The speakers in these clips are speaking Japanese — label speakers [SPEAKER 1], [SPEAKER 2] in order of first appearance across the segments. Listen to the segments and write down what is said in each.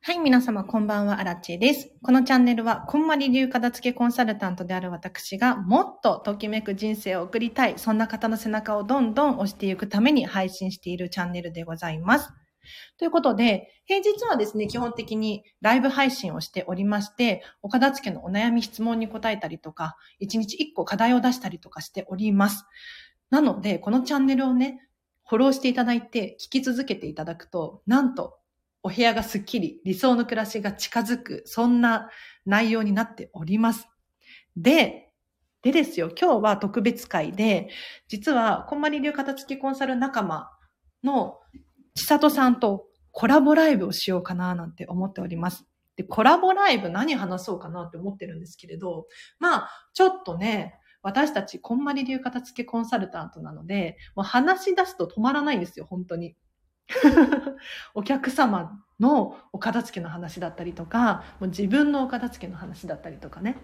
[SPEAKER 1] はい、皆様、こんばんは、アラチェです。このチャンネルは、こんまり流片付けコンサルタントである私が、もっとときめく人生を送りたい、そんな方の背中をどんどん押していくために配信しているチャンネルでございます。ということで、平日はですね、基本的にライブ配信をしておりまして、お片付けのお悩み、質問に答えたりとか、1日1個課題を出したりとかしております。なので、このチャンネルをね、フォローしていただいて、聞き続けていただくと、なんと、お部屋がすっきり、理想の暮らしが近づく、そんな内容になっております。で、でですよ、今日は特別会で、実は、こんまり流片付きコンサル仲間の千里さんとコラボライブをしようかななんて思っております。で、コラボライブ何話そうかなって思ってるんですけれど、まあ、ちょっとね、私たちこんまり流片付けコンサルタントなので、もう話し出すと止まらないんですよ、本当に。 お客様のお片付けの話だったりとかもう自分のお片付けの話だったりとかね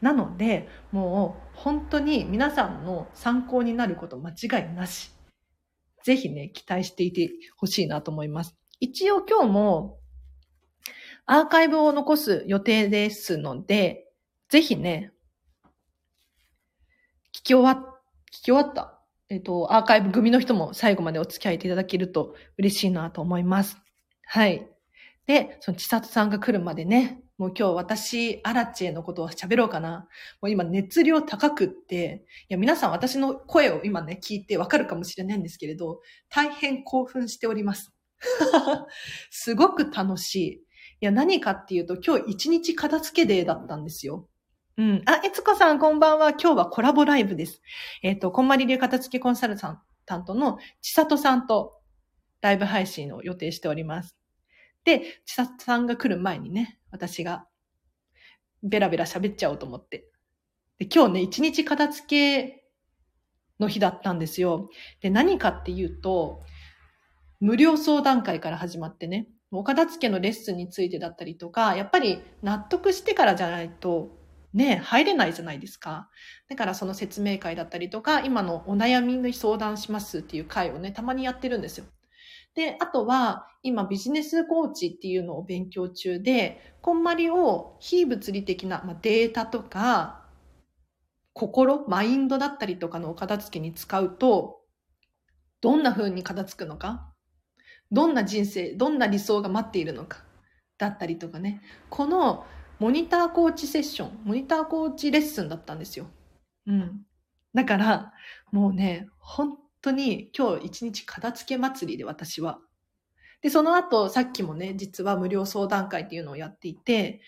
[SPEAKER 1] なのでもう本当に皆さんの参考になること間違いなしぜひね期待していてほしいなと思います一応今日もアーカイブを残す予定ですのでぜひね聞き終わ聞き終わったえっと、アーカイブ組の人も最後までお付き合いいただけると嬉しいなと思います。はい。で、その千里さんが来るまでね、もう今日私、アラチェのことを喋ろうかな。もう今熱量高くって、いや皆さん私の声を今ね、聞いてわかるかもしれないんですけれど、大変興奮しております。 すごく楽しい。いや何かっていうと、今日一日片付けデーだったんですよ。うん。あ、えつこさんこんばんは。今日はコラボライブです。えっ、と、こんまり流片付けコンサルタン担当の千里さんとライブ配信を予定しております。で、千里さんが来る前にね、私がベラベラ喋っちゃおうと思って。で、今日ね、一日片付けの日だったんですよ。で、何かっていうと、無料相談会から始まってね、お片付けのレッスンについてだったりとか、やっぱり納得してからじゃないと、ね、入れないじゃないですか。だからその説明会だったりとか、今のお悩みに相談しますっていう会をね、たまにやってるんですよ。で、あとは、今ビジネスコーチっていうのを勉強中で、こんまりを非物理的な、まあ、データとか、心、マインドだったりとかのお片付けに使うと、どんな風に片付くのか、どんな人生、どんな理想が待っているのか、だったりとかね。このモニターコーチセッション、モニターコーチレッスンだったんですよ。うん。だから、もうね、本当に今日一日片付け祭りで私は。で、その後、さっきもね、実は無料相談会っていうのをやっていて、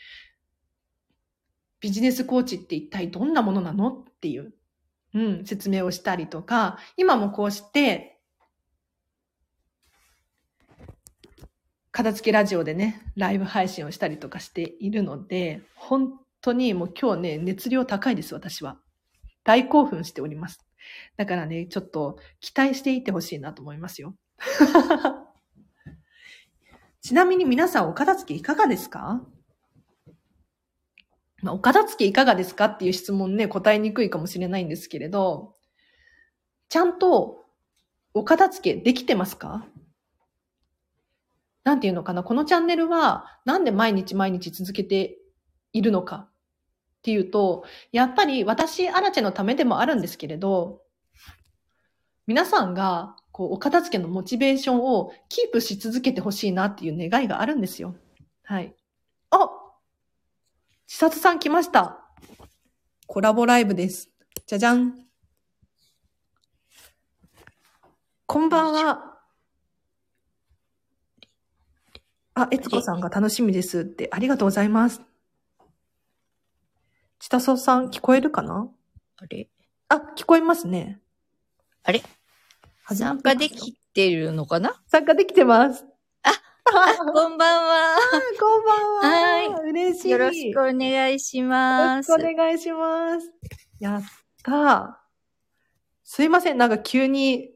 [SPEAKER 1] ビジネスコーチって一体どんなものなのっていう、うん、説明をしたりとか、今もこうして、片付けラジオでね、ライブ配信をしたりとかしているので、本当にもう今日ね、熱量高いです、私は。大興奮しております。だからね、ちょっと期待していてほしいなと思いますよ。 ちなみに皆さんお片付けいかがですか、まあ、お片付けいかがですかっていう質問ね、答えにくいかもしれないんですけれど、ちゃんとお片付けできてますかなんていうのかなこのチャンネルはなんで毎日毎日続けているのかっていうと、やっぱり私、アラチェのためでもあるんですけれど、皆さんが、こう、お片付けのモチベーションをキープし続けてほしいなっていう願いがあるんですよ。はい。あ千里さん来ました。コラボライブです。じゃじゃん。こんばんは。あ、えつこさんが楽しみですって、ありがとうございます。千田総さん聞こえるかな
[SPEAKER 2] あれ
[SPEAKER 1] あ、聞こえますね。
[SPEAKER 2] あれ
[SPEAKER 1] 始まっ
[SPEAKER 2] 参
[SPEAKER 1] てま
[SPEAKER 2] 加
[SPEAKER 1] すよ
[SPEAKER 2] できてるのか な
[SPEAKER 1] 参加できてます。
[SPEAKER 2] あ、こんばんは。
[SPEAKER 1] あこんばんは。
[SPEAKER 2] は
[SPEAKER 1] 嬉しい。
[SPEAKER 2] よろしくお願いします。
[SPEAKER 1] よろしくお願いします。やったー。すいません、なんか急に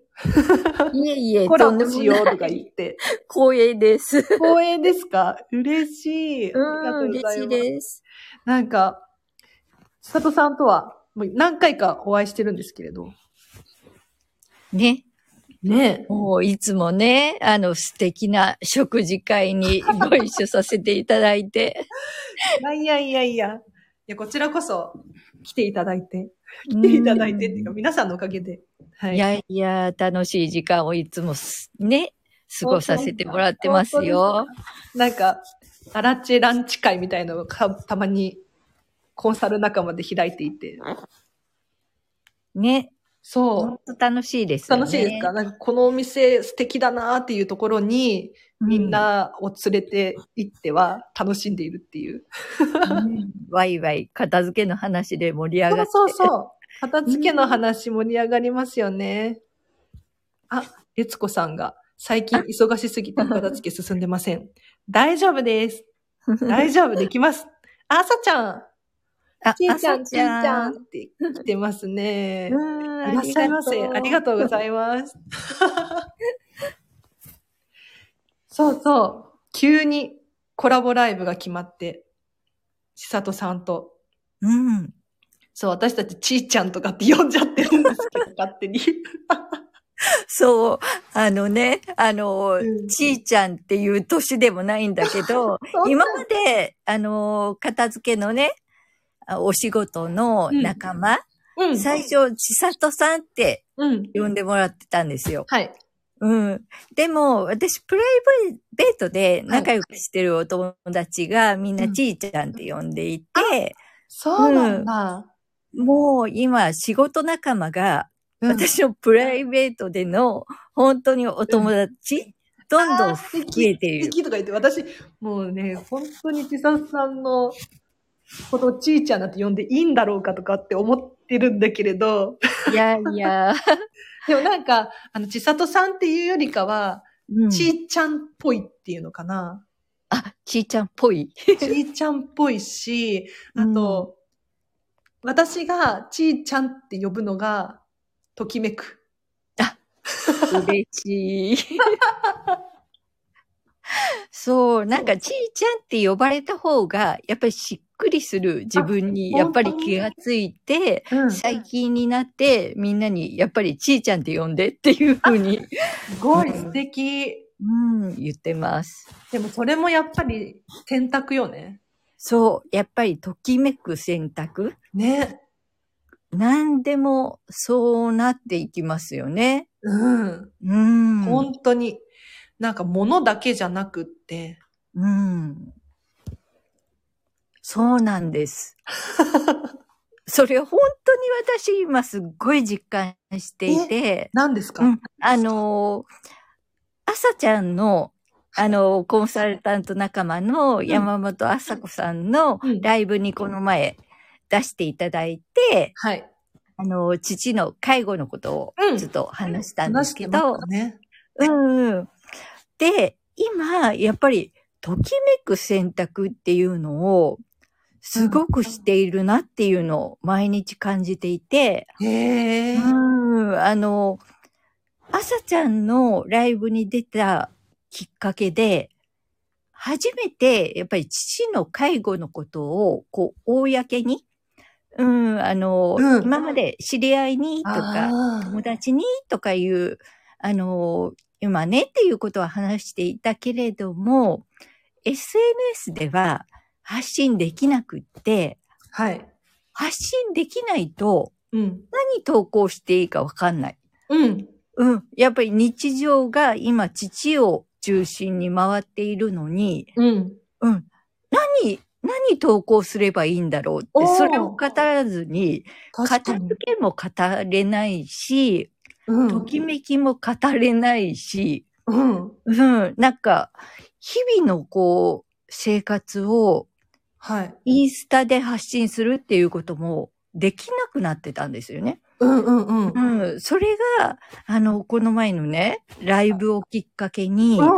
[SPEAKER 2] いえいえ、
[SPEAKER 1] コラ
[SPEAKER 2] と
[SPEAKER 1] ボ
[SPEAKER 2] んでも
[SPEAKER 1] しよう
[SPEAKER 2] な
[SPEAKER 1] とか
[SPEAKER 2] い
[SPEAKER 1] 言って。
[SPEAKER 2] 光栄です。
[SPEAKER 1] 光栄ですか嬉しい。ありがと
[SPEAKER 2] うん、
[SPEAKER 1] うございます。
[SPEAKER 2] 嬉しいです。
[SPEAKER 1] なんか、千里さんとはもう何回かお会いしてるんですけれど、
[SPEAKER 2] ね。
[SPEAKER 1] ね
[SPEAKER 2] もういつもね、あの素敵な食事会にご一緒させていただい て。
[SPEAKER 1] いやいやいやいや。いや、こちらこそ来ていただいて、来ていただいてっていうか、皆さんのおかげで。はい
[SPEAKER 2] やいや、楽しい時間をいつもすね、過ごさせてもらってますよ。
[SPEAKER 1] なんか、アラチェランチ会みたいのをかたまにコンサル仲間で開いていて。
[SPEAKER 2] ね、
[SPEAKER 1] そ
[SPEAKER 2] 本
[SPEAKER 1] う。
[SPEAKER 2] 当楽しいですよね。
[SPEAKER 1] 楽しいですか、なんかこのお店素敵だなっていうところに、みんなを連れて行っては楽しんでいるっていう。
[SPEAKER 2] うんワイワイ片付けの話で盛り上がって。
[SPEAKER 1] そうそうそう。片付けの話盛り上がりますよね。あ、悦子さんが最近忙しすぎて片付け進んでません。大丈夫です。 大丈夫でき ます。あさちゃん、
[SPEAKER 2] あ
[SPEAKER 1] ちいちゃ
[SPEAKER 2] 朝
[SPEAKER 1] ん、ちいちゃんって来てますね。
[SPEAKER 2] うん
[SPEAKER 1] いらっしゃいませ。ありがとうございます。 そうそう。急にコラボライブが決まって、ちさとさんと。
[SPEAKER 2] う。うん。
[SPEAKER 1] そう、私たちちいちゃんとかって呼んじゃってるんです けど、勝手に。
[SPEAKER 2] そう。あのね、あの、
[SPEAKER 1] うん
[SPEAKER 2] ちいちゃんっていう年でもないんだけど、今まで、あの、片付けのね、あお仕事の仲間、
[SPEAKER 1] うん。
[SPEAKER 2] 最初、ちさとさんって
[SPEAKER 1] うん。
[SPEAKER 2] 呼んでもらってたんですよ。
[SPEAKER 1] はい。
[SPEAKER 2] うん。でも、私、プライベートで仲良くしてるお友達が、みんなちいちゃんって呼んでいて、
[SPEAKER 1] そうなんだ。
[SPEAKER 2] もう今、仕事仲間が、
[SPEAKER 1] うん
[SPEAKER 2] 私のプライベートでの、本当にお友達、どんどん
[SPEAKER 1] あ
[SPEAKER 2] 増
[SPEAKER 1] ー素
[SPEAKER 2] え
[SPEAKER 1] 敵
[SPEAKER 2] てい
[SPEAKER 1] 素
[SPEAKER 2] る。
[SPEAKER 1] 敵とか言って、私、もうね、本当にちさとさんのことをちいちゃんなんて呼んでいいんだろうかとかって思ってるんだけれど、
[SPEAKER 2] いやいや、
[SPEAKER 1] でもなんか、あの、ちさとさんっていうよりかは、
[SPEAKER 2] うん
[SPEAKER 1] ちいちゃんっぽいっていうのかな。
[SPEAKER 2] あ、ちいちゃんっぽい。
[SPEAKER 1] ちいちゃんっぽいし、あと、私がちいちゃんって呼ぶのが、ときめく。
[SPEAKER 2] 嬉しい。 そう、なんかちいちゃんって呼ばれた方が、やっぱりしっくりする自分に、
[SPEAKER 1] あ
[SPEAKER 2] やっぱり気がついて、
[SPEAKER 1] うんす
[SPEAKER 2] 最近になってみんなにやっぱりちいちゃんって呼んでっていうふうに、
[SPEAKER 1] ごい素敵。
[SPEAKER 2] うん、言ってます。
[SPEAKER 1] でもそれもやっぱり選択よね。
[SPEAKER 2] そう、やっぱりときめく選択。
[SPEAKER 1] ね。
[SPEAKER 2] 何でもそうなっていきますよね。
[SPEAKER 1] うん。
[SPEAKER 2] うん。
[SPEAKER 1] 本当に。なんか物だけじゃなくって。
[SPEAKER 2] うん。そうなんです。 それ本当に私今すっごい実感していて、
[SPEAKER 1] 何ですか、
[SPEAKER 2] うんあのー、朝ちゃんの、あのー、コンサルタント仲間の山本朝子さんの
[SPEAKER 1] うん
[SPEAKER 2] ライブにこの前出していただいて、
[SPEAKER 1] はい。
[SPEAKER 2] あのー、父の介護のことを
[SPEAKER 1] うん
[SPEAKER 2] ちょっと話したんで
[SPEAKER 1] 話
[SPEAKER 2] す
[SPEAKER 1] して
[SPEAKER 2] け
[SPEAKER 1] ま
[SPEAKER 2] ど
[SPEAKER 1] した、ね。
[SPEAKER 2] うんうん。で、今、やっぱり、ときめく選択っていうのを、すごくしているなっていうのを毎日感じていて、
[SPEAKER 1] へえ。
[SPEAKER 2] うん、あの、朝ちゃんのライブに出たきっかけで、初めて、やっぱり父の介護のことを、こう、公に、うん、あの、
[SPEAKER 1] うん
[SPEAKER 2] 今まで知り合いにとか、
[SPEAKER 1] あ
[SPEAKER 2] 友
[SPEAKER 1] ー
[SPEAKER 2] 達にとかいう、あの、今ねっていうことは話していたけれども、SNS では発信できなくって、
[SPEAKER 1] はい。
[SPEAKER 2] 発信できないと
[SPEAKER 1] うん。
[SPEAKER 2] 何投稿していいかわかんない。
[SPEAKER 1] うん。
[SPEAKER 2] うん。やっぱり日常が今父を中心に回っているのに、
[SPEAKER 1] うん。
[SPEAKER 2] うん。何、何投稿すればいいんだろう
[SPEAKER 1] お
[SPEAKER 2] って、
[SPEAKER 1] ー
[SPEAKER 2] それを語らずに、
[SPEAKER 1] 確
[SPEAKER 2] 片
[SPEAKER 1] かに
[SPEAKER 2] 付。けも語れないし、
[SPEAKER 1] うん
[SPEAKER 2] ときめきも語れないし、
[SPEAKER 1] うん。
[SPEAKER 2] うん、なんか、日々のこう、生活を
[SPEAKER 1] はい。
[SPEAKER 2] インスタで発信するっていうこともできなくなってたんですよね。
[SPEAKER 1] うんうんうん。うん。
[SPEAKER 2] うん、それが、あの、この前のね、ライブをきっかけに、簡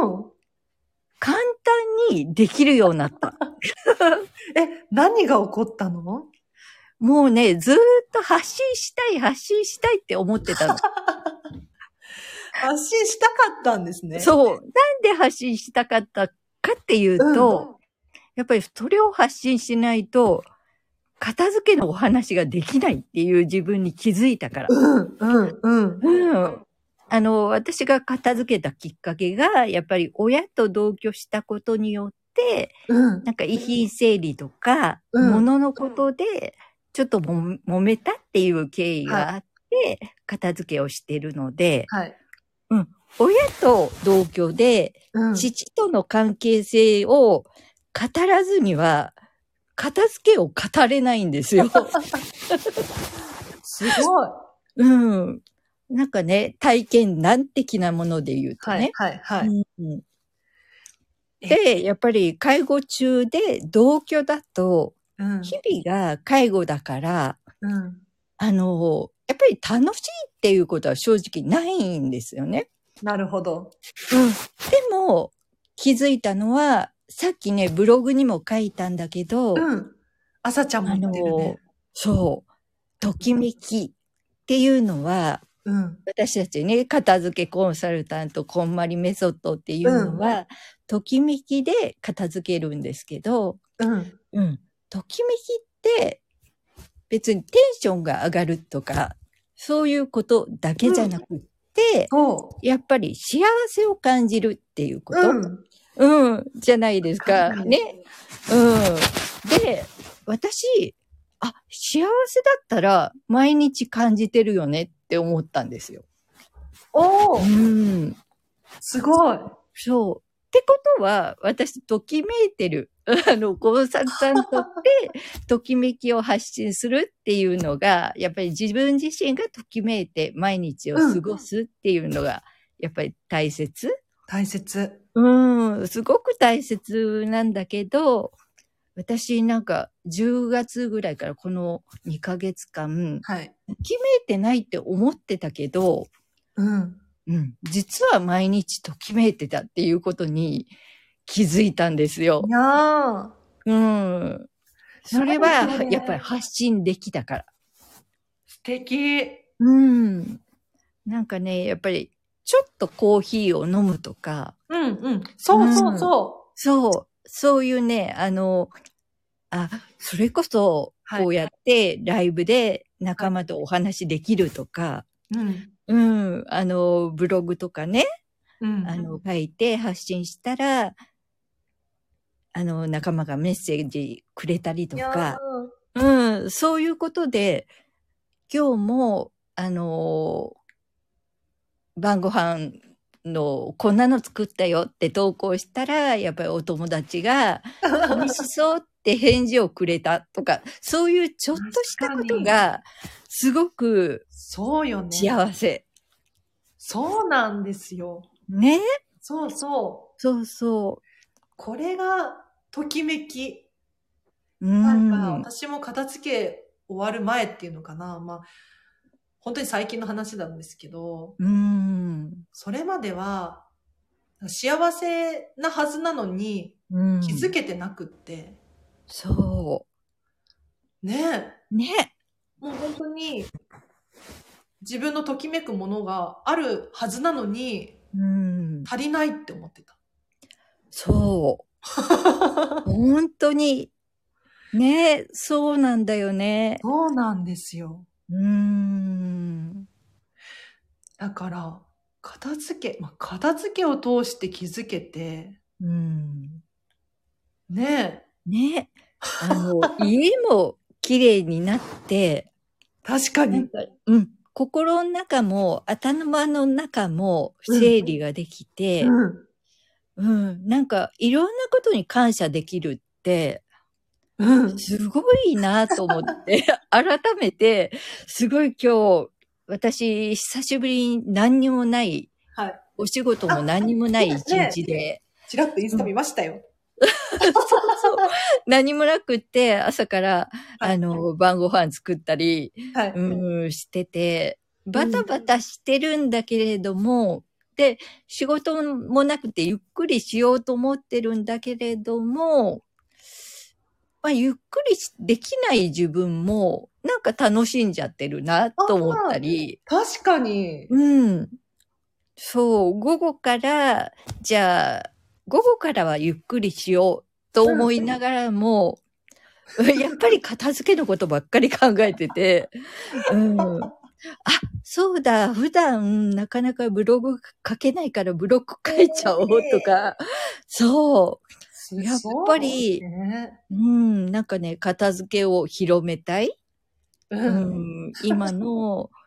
[SPEAKER 2] 単にできるようになった。
[SPEAKER 1] え、何が起こったの
[SPEAKER 2] もうね、ずーっと発信したい、発信したいって思ってた の。
[SPEAKER 1] 発信したかったんですね。
[SPEAKER 2] そう。なんで発信したかったかっていう
[SPEAKER 1] うん。
[SPEAKER 2] と、やっぱりそれを発信しないと、片付けのお話ができないっていう自分に気づいたから。
[SPEAKER 1] うん、うん、うん。
[SPEAKER 2] うん。あの、私が片付けたきっかけが、やっぱり親と同居したことによって、
[SPEAKER 1] うん。
[SPEAKER 2] なんか遺品整理とか、
[SPEAKER 1] うん
[SPEAKER 2] 物のことで、ちょっともめ揉めたっていう経緯があって、片付けをしてるので、
[SPEAKER 1] はい。
[SPEAKER 2] 親と同居で、
[SPEAKER 1] うん。
[SPEAKER 2] 父との関係性を語らずには、片付けを語れないんです よ。
[SPEAKER 1] すごい。
[SPEAKER 2] うん。なんかね、体験難的なもので言うと
[SPEAKER 1] はい
[SPEAKER 2] ね。。
[SPEAKER 1] はい。はい。
[SPEAKER 2] うんで、やっぱり介護中で同居だと、
[SPEAKER 1] うん。
[SPEAKER 2] 日々が介護だから、
[SPEAKER 1] うん。
[SPEAKER 2] あの、やっぱり楽しいっていうことは正直ないんですよね。
[SPEAKER 1] なるほど。
[SPEAKER 2] でも、気づいたのは、さっきね、ブログにも書いたんだけど、
[SPEAKER 1] うん。朝ちゃんも
[SPEAKER 2] あ
[SPEAKER 1] 言
[SPEAKER 2] の
[SPEAKER 1] ってるね。
[SPEAKER 2] そう、ときめきっていうのは、
[SPEAKER 1] うん。
[SPEAKER 2] 私たちね、片付けコンサルタント、こんまりメソッドっていうのは、ときめきで片付けるんですけど、
[SPEAKER 1] うん。
[SPEAKER 2] うん。ときめきって、別にテンションが上がるとか、そういうことだけじゃなくって、
[SPEAKER 1] そ
[SPEAKER 2] やっぱり幸せを感じるっていうこ
[SPEAKER 1] う。
[SPEAKER 2] と、
[SPEAKER 1] う
[SPEAKER 2] うん、
[SPEAKER 1] ん。
[SPEAKER 2] じゃないですか。
[SPEAKER 1] はい
[SPEAKER 2] ね。うん。で、私、あ、幸せだったら毎日感じてるよねって思ったんですよ。
[SPEAKER 1] おお
[SPEAKER 2] うん。
[SPEAKER 1] すごい。
[SPEAKER 2] そう。ってことは、私、ときめいてる。 あの、コンサルタントって、 ときめきを発信するっていうのが、やっぱり自分自身がときめいて毎日を過ごすっていうのが、やっぱり大切
[SPEAKER 1] 大切。
[SPEAKER 2] うん、すごく大切なんだけど、私なんか10月ぐらいからこの2ヶ月間、
[SPEAKER 1] はい。
[SPEAKER 2] ときめいてないって思ってたけど、
[SPEAKER 1] うん。
[SPEAKER 2] うん、実は毎日ときめいてたっていうことに気づいたんですよ
[SPEAKER 1] い。やー。
[SPEAKER 2] うん。それは
[SPEAKER 1] そうですね
[SPEAKER 2] やっぱり発信できたから。
[SPEAKER 1] 素敵。
[SPEAKER 2] うん。なんかね、やっぱりちょっとコーヒーを飲むとか、
[SPEAKER 1] うんうん。そうそうそ
[SPEAKER 2] そう、そういうね、あの、あ、それこそ、
[SPEAKER 1] はい
[SPEAKER 2] こうやってライブで仲間とお話できるとか、
[SPEAKER 1] う。うん。
[SPEAKER 2] うん、あの、ブログとかね、
[SPEAKER 1] うん。
[SPEAKER 2] あの、書いて発信したら、あの、仲間がメッセージくれたりと
[SPEAKER 1] いやー
[SPEAKER 2] か、うん、そういうことで、今日も、あのー晩ご飯のこんなの作ったよって投稿したら、やっぱりお友達が、美味しそうって返事をくれたとか、そういうちょっとしたことが、すごく
[SPEAKER 1] そうよね。
[SPEAKER 2] 幸せ。
[SPEAKER 1] そうなんですよ。
[SPEAKER 2] ね
[SPEAKER 1] そうそう。
[SPEAKER 2] そうそ
[SPEAKER 1] これが、ときめき。
[SPEAKER 2] う。う
[SPEAKER 1] なん
[SPEAKER 2] ん。
[SPEAKER 1] か、私も片付け終わる前っていうのかな。まあ、本当に最近の話なんですけど、
[SPEAKER 2] うん。
[SPEAKER 1] それまでは、幸せなはずなのに、
[SPEAKER 2] うん
[SPEAKER 1] 気づけてなくって。
[SPEAKER 2] そ
[SPEAKER 1] ねえ。
[SPEAKER 2] う。ね。
[SPEAKER 1] もう本当に、自分のときめくものがあるはずなのに、
[SPEAKER 2] うん。
[SPEAKER 1] 足りないって思ってた。
[SPEAKER 2] そう。本当に。ねそうなんだよね。
[SPEAKER 1] そうなんですよ。
[SPEAKER 2] うーん。
[SPEAKER 1] だから、片付け、まあ、片付けを通して気づけて、
[SPEAKER 2] うん。
[SPEAKER 1] ねえ、
[SPEAKER 2] ね。あの、家も綺麗になって、
[SPEAKER 1] 確か
[SPEAKER 2] なん
[SPEAKER 1] に。
[SPEAKER 2] か、うん。心の中も、頭の中も整理ができて、うん、
[SPEAKER 1] うん。
[SPEAKER 2] なんか、いろんなことに感謝できるって、
[SPEAKER 1] うん。
[SPEAKER 2] すごいなと思って、 改めて、すごい今日、私、久しぶりに何にもない、
[SPEAKER 1] はい
[SPEAKER 2] お仕事も何にもない
[SPEAKER 1] あ
[SPEAKER 2] 一日で、
[SPEAKER 1] ちらっとインスタ見ましたよ。
[SPEAKER 2] 何もなくって、朝から、
[SPEAKER 1] はい
[SPEAKER 2] あの、晩ご飯作ったり、。
[SPEAKER 1] はいう
[SPEAKER 2] ん、してて、バタバタしてるんだけれども、で、仕事もなくてゆっくりしようと思ってるんだけれども、まあ、ゆっくりしできない自分も、なんか楽しんじゃってるな、と思ったり、
[SPEAKER 1] 確かに。
[SPEAKER 2] うん。そう、午後から、じゃあ、午後からはゆっくりしようと思いながらも、やっぱり片付けのことばっかり考えてて、うん。そうだ、普段なかなかブログ書けないからブログ書いちゃおうとか、そ
[SPEAKER 1] す
[SPEAKER 2] やっぱり
[SPEAKER 1] そうね
[SPEAKER 2] う、うん、なんかね、片付けを広めたい。う
[SPEAKER 1] うん。
[SPEAKER 2] ん、今の、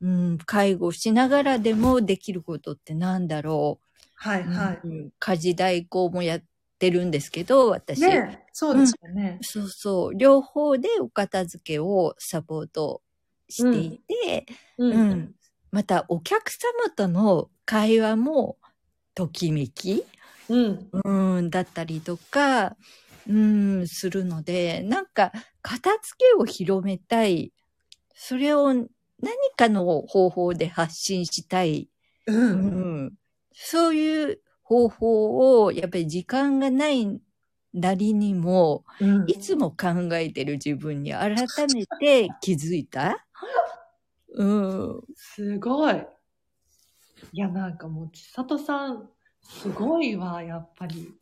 [SPEAKER 2] うん、介護しながらでもできることってなんだろ。
[SPEAKER 1] はいうは
[SPEAKER 2] うん家事代行もやってるんですけど、
[SPEAKER 1] い。
[SPEAKER 2] 私。
[SPEAKER 1] ねえそうですよね。
[SPEAKER 2] そうそう。両方でお片付けをサポートしていて、
[SPEAKER 1] う
[SPEAKER 2] うん。また、お客様との会話も、ときめき、
[SPEAKER 1] うん。
[SPEAKER 2] うん、だったりとか、うん、するので、なんか、片付けを広めたい。それを何かの方法で発信したい。
[SPEAKER 1] う。
[SPEAKER 2] うんん、そういう方法を、やっぱり時間がないなりにも、
[SPEAKER 1] うん。
[SPEAKER 2] いつも考えてる自分に改めて気づいた。うん。
[SPEAKER 1] すごい。いや、なんかもう、千里さん、すごいわ、やっぱり。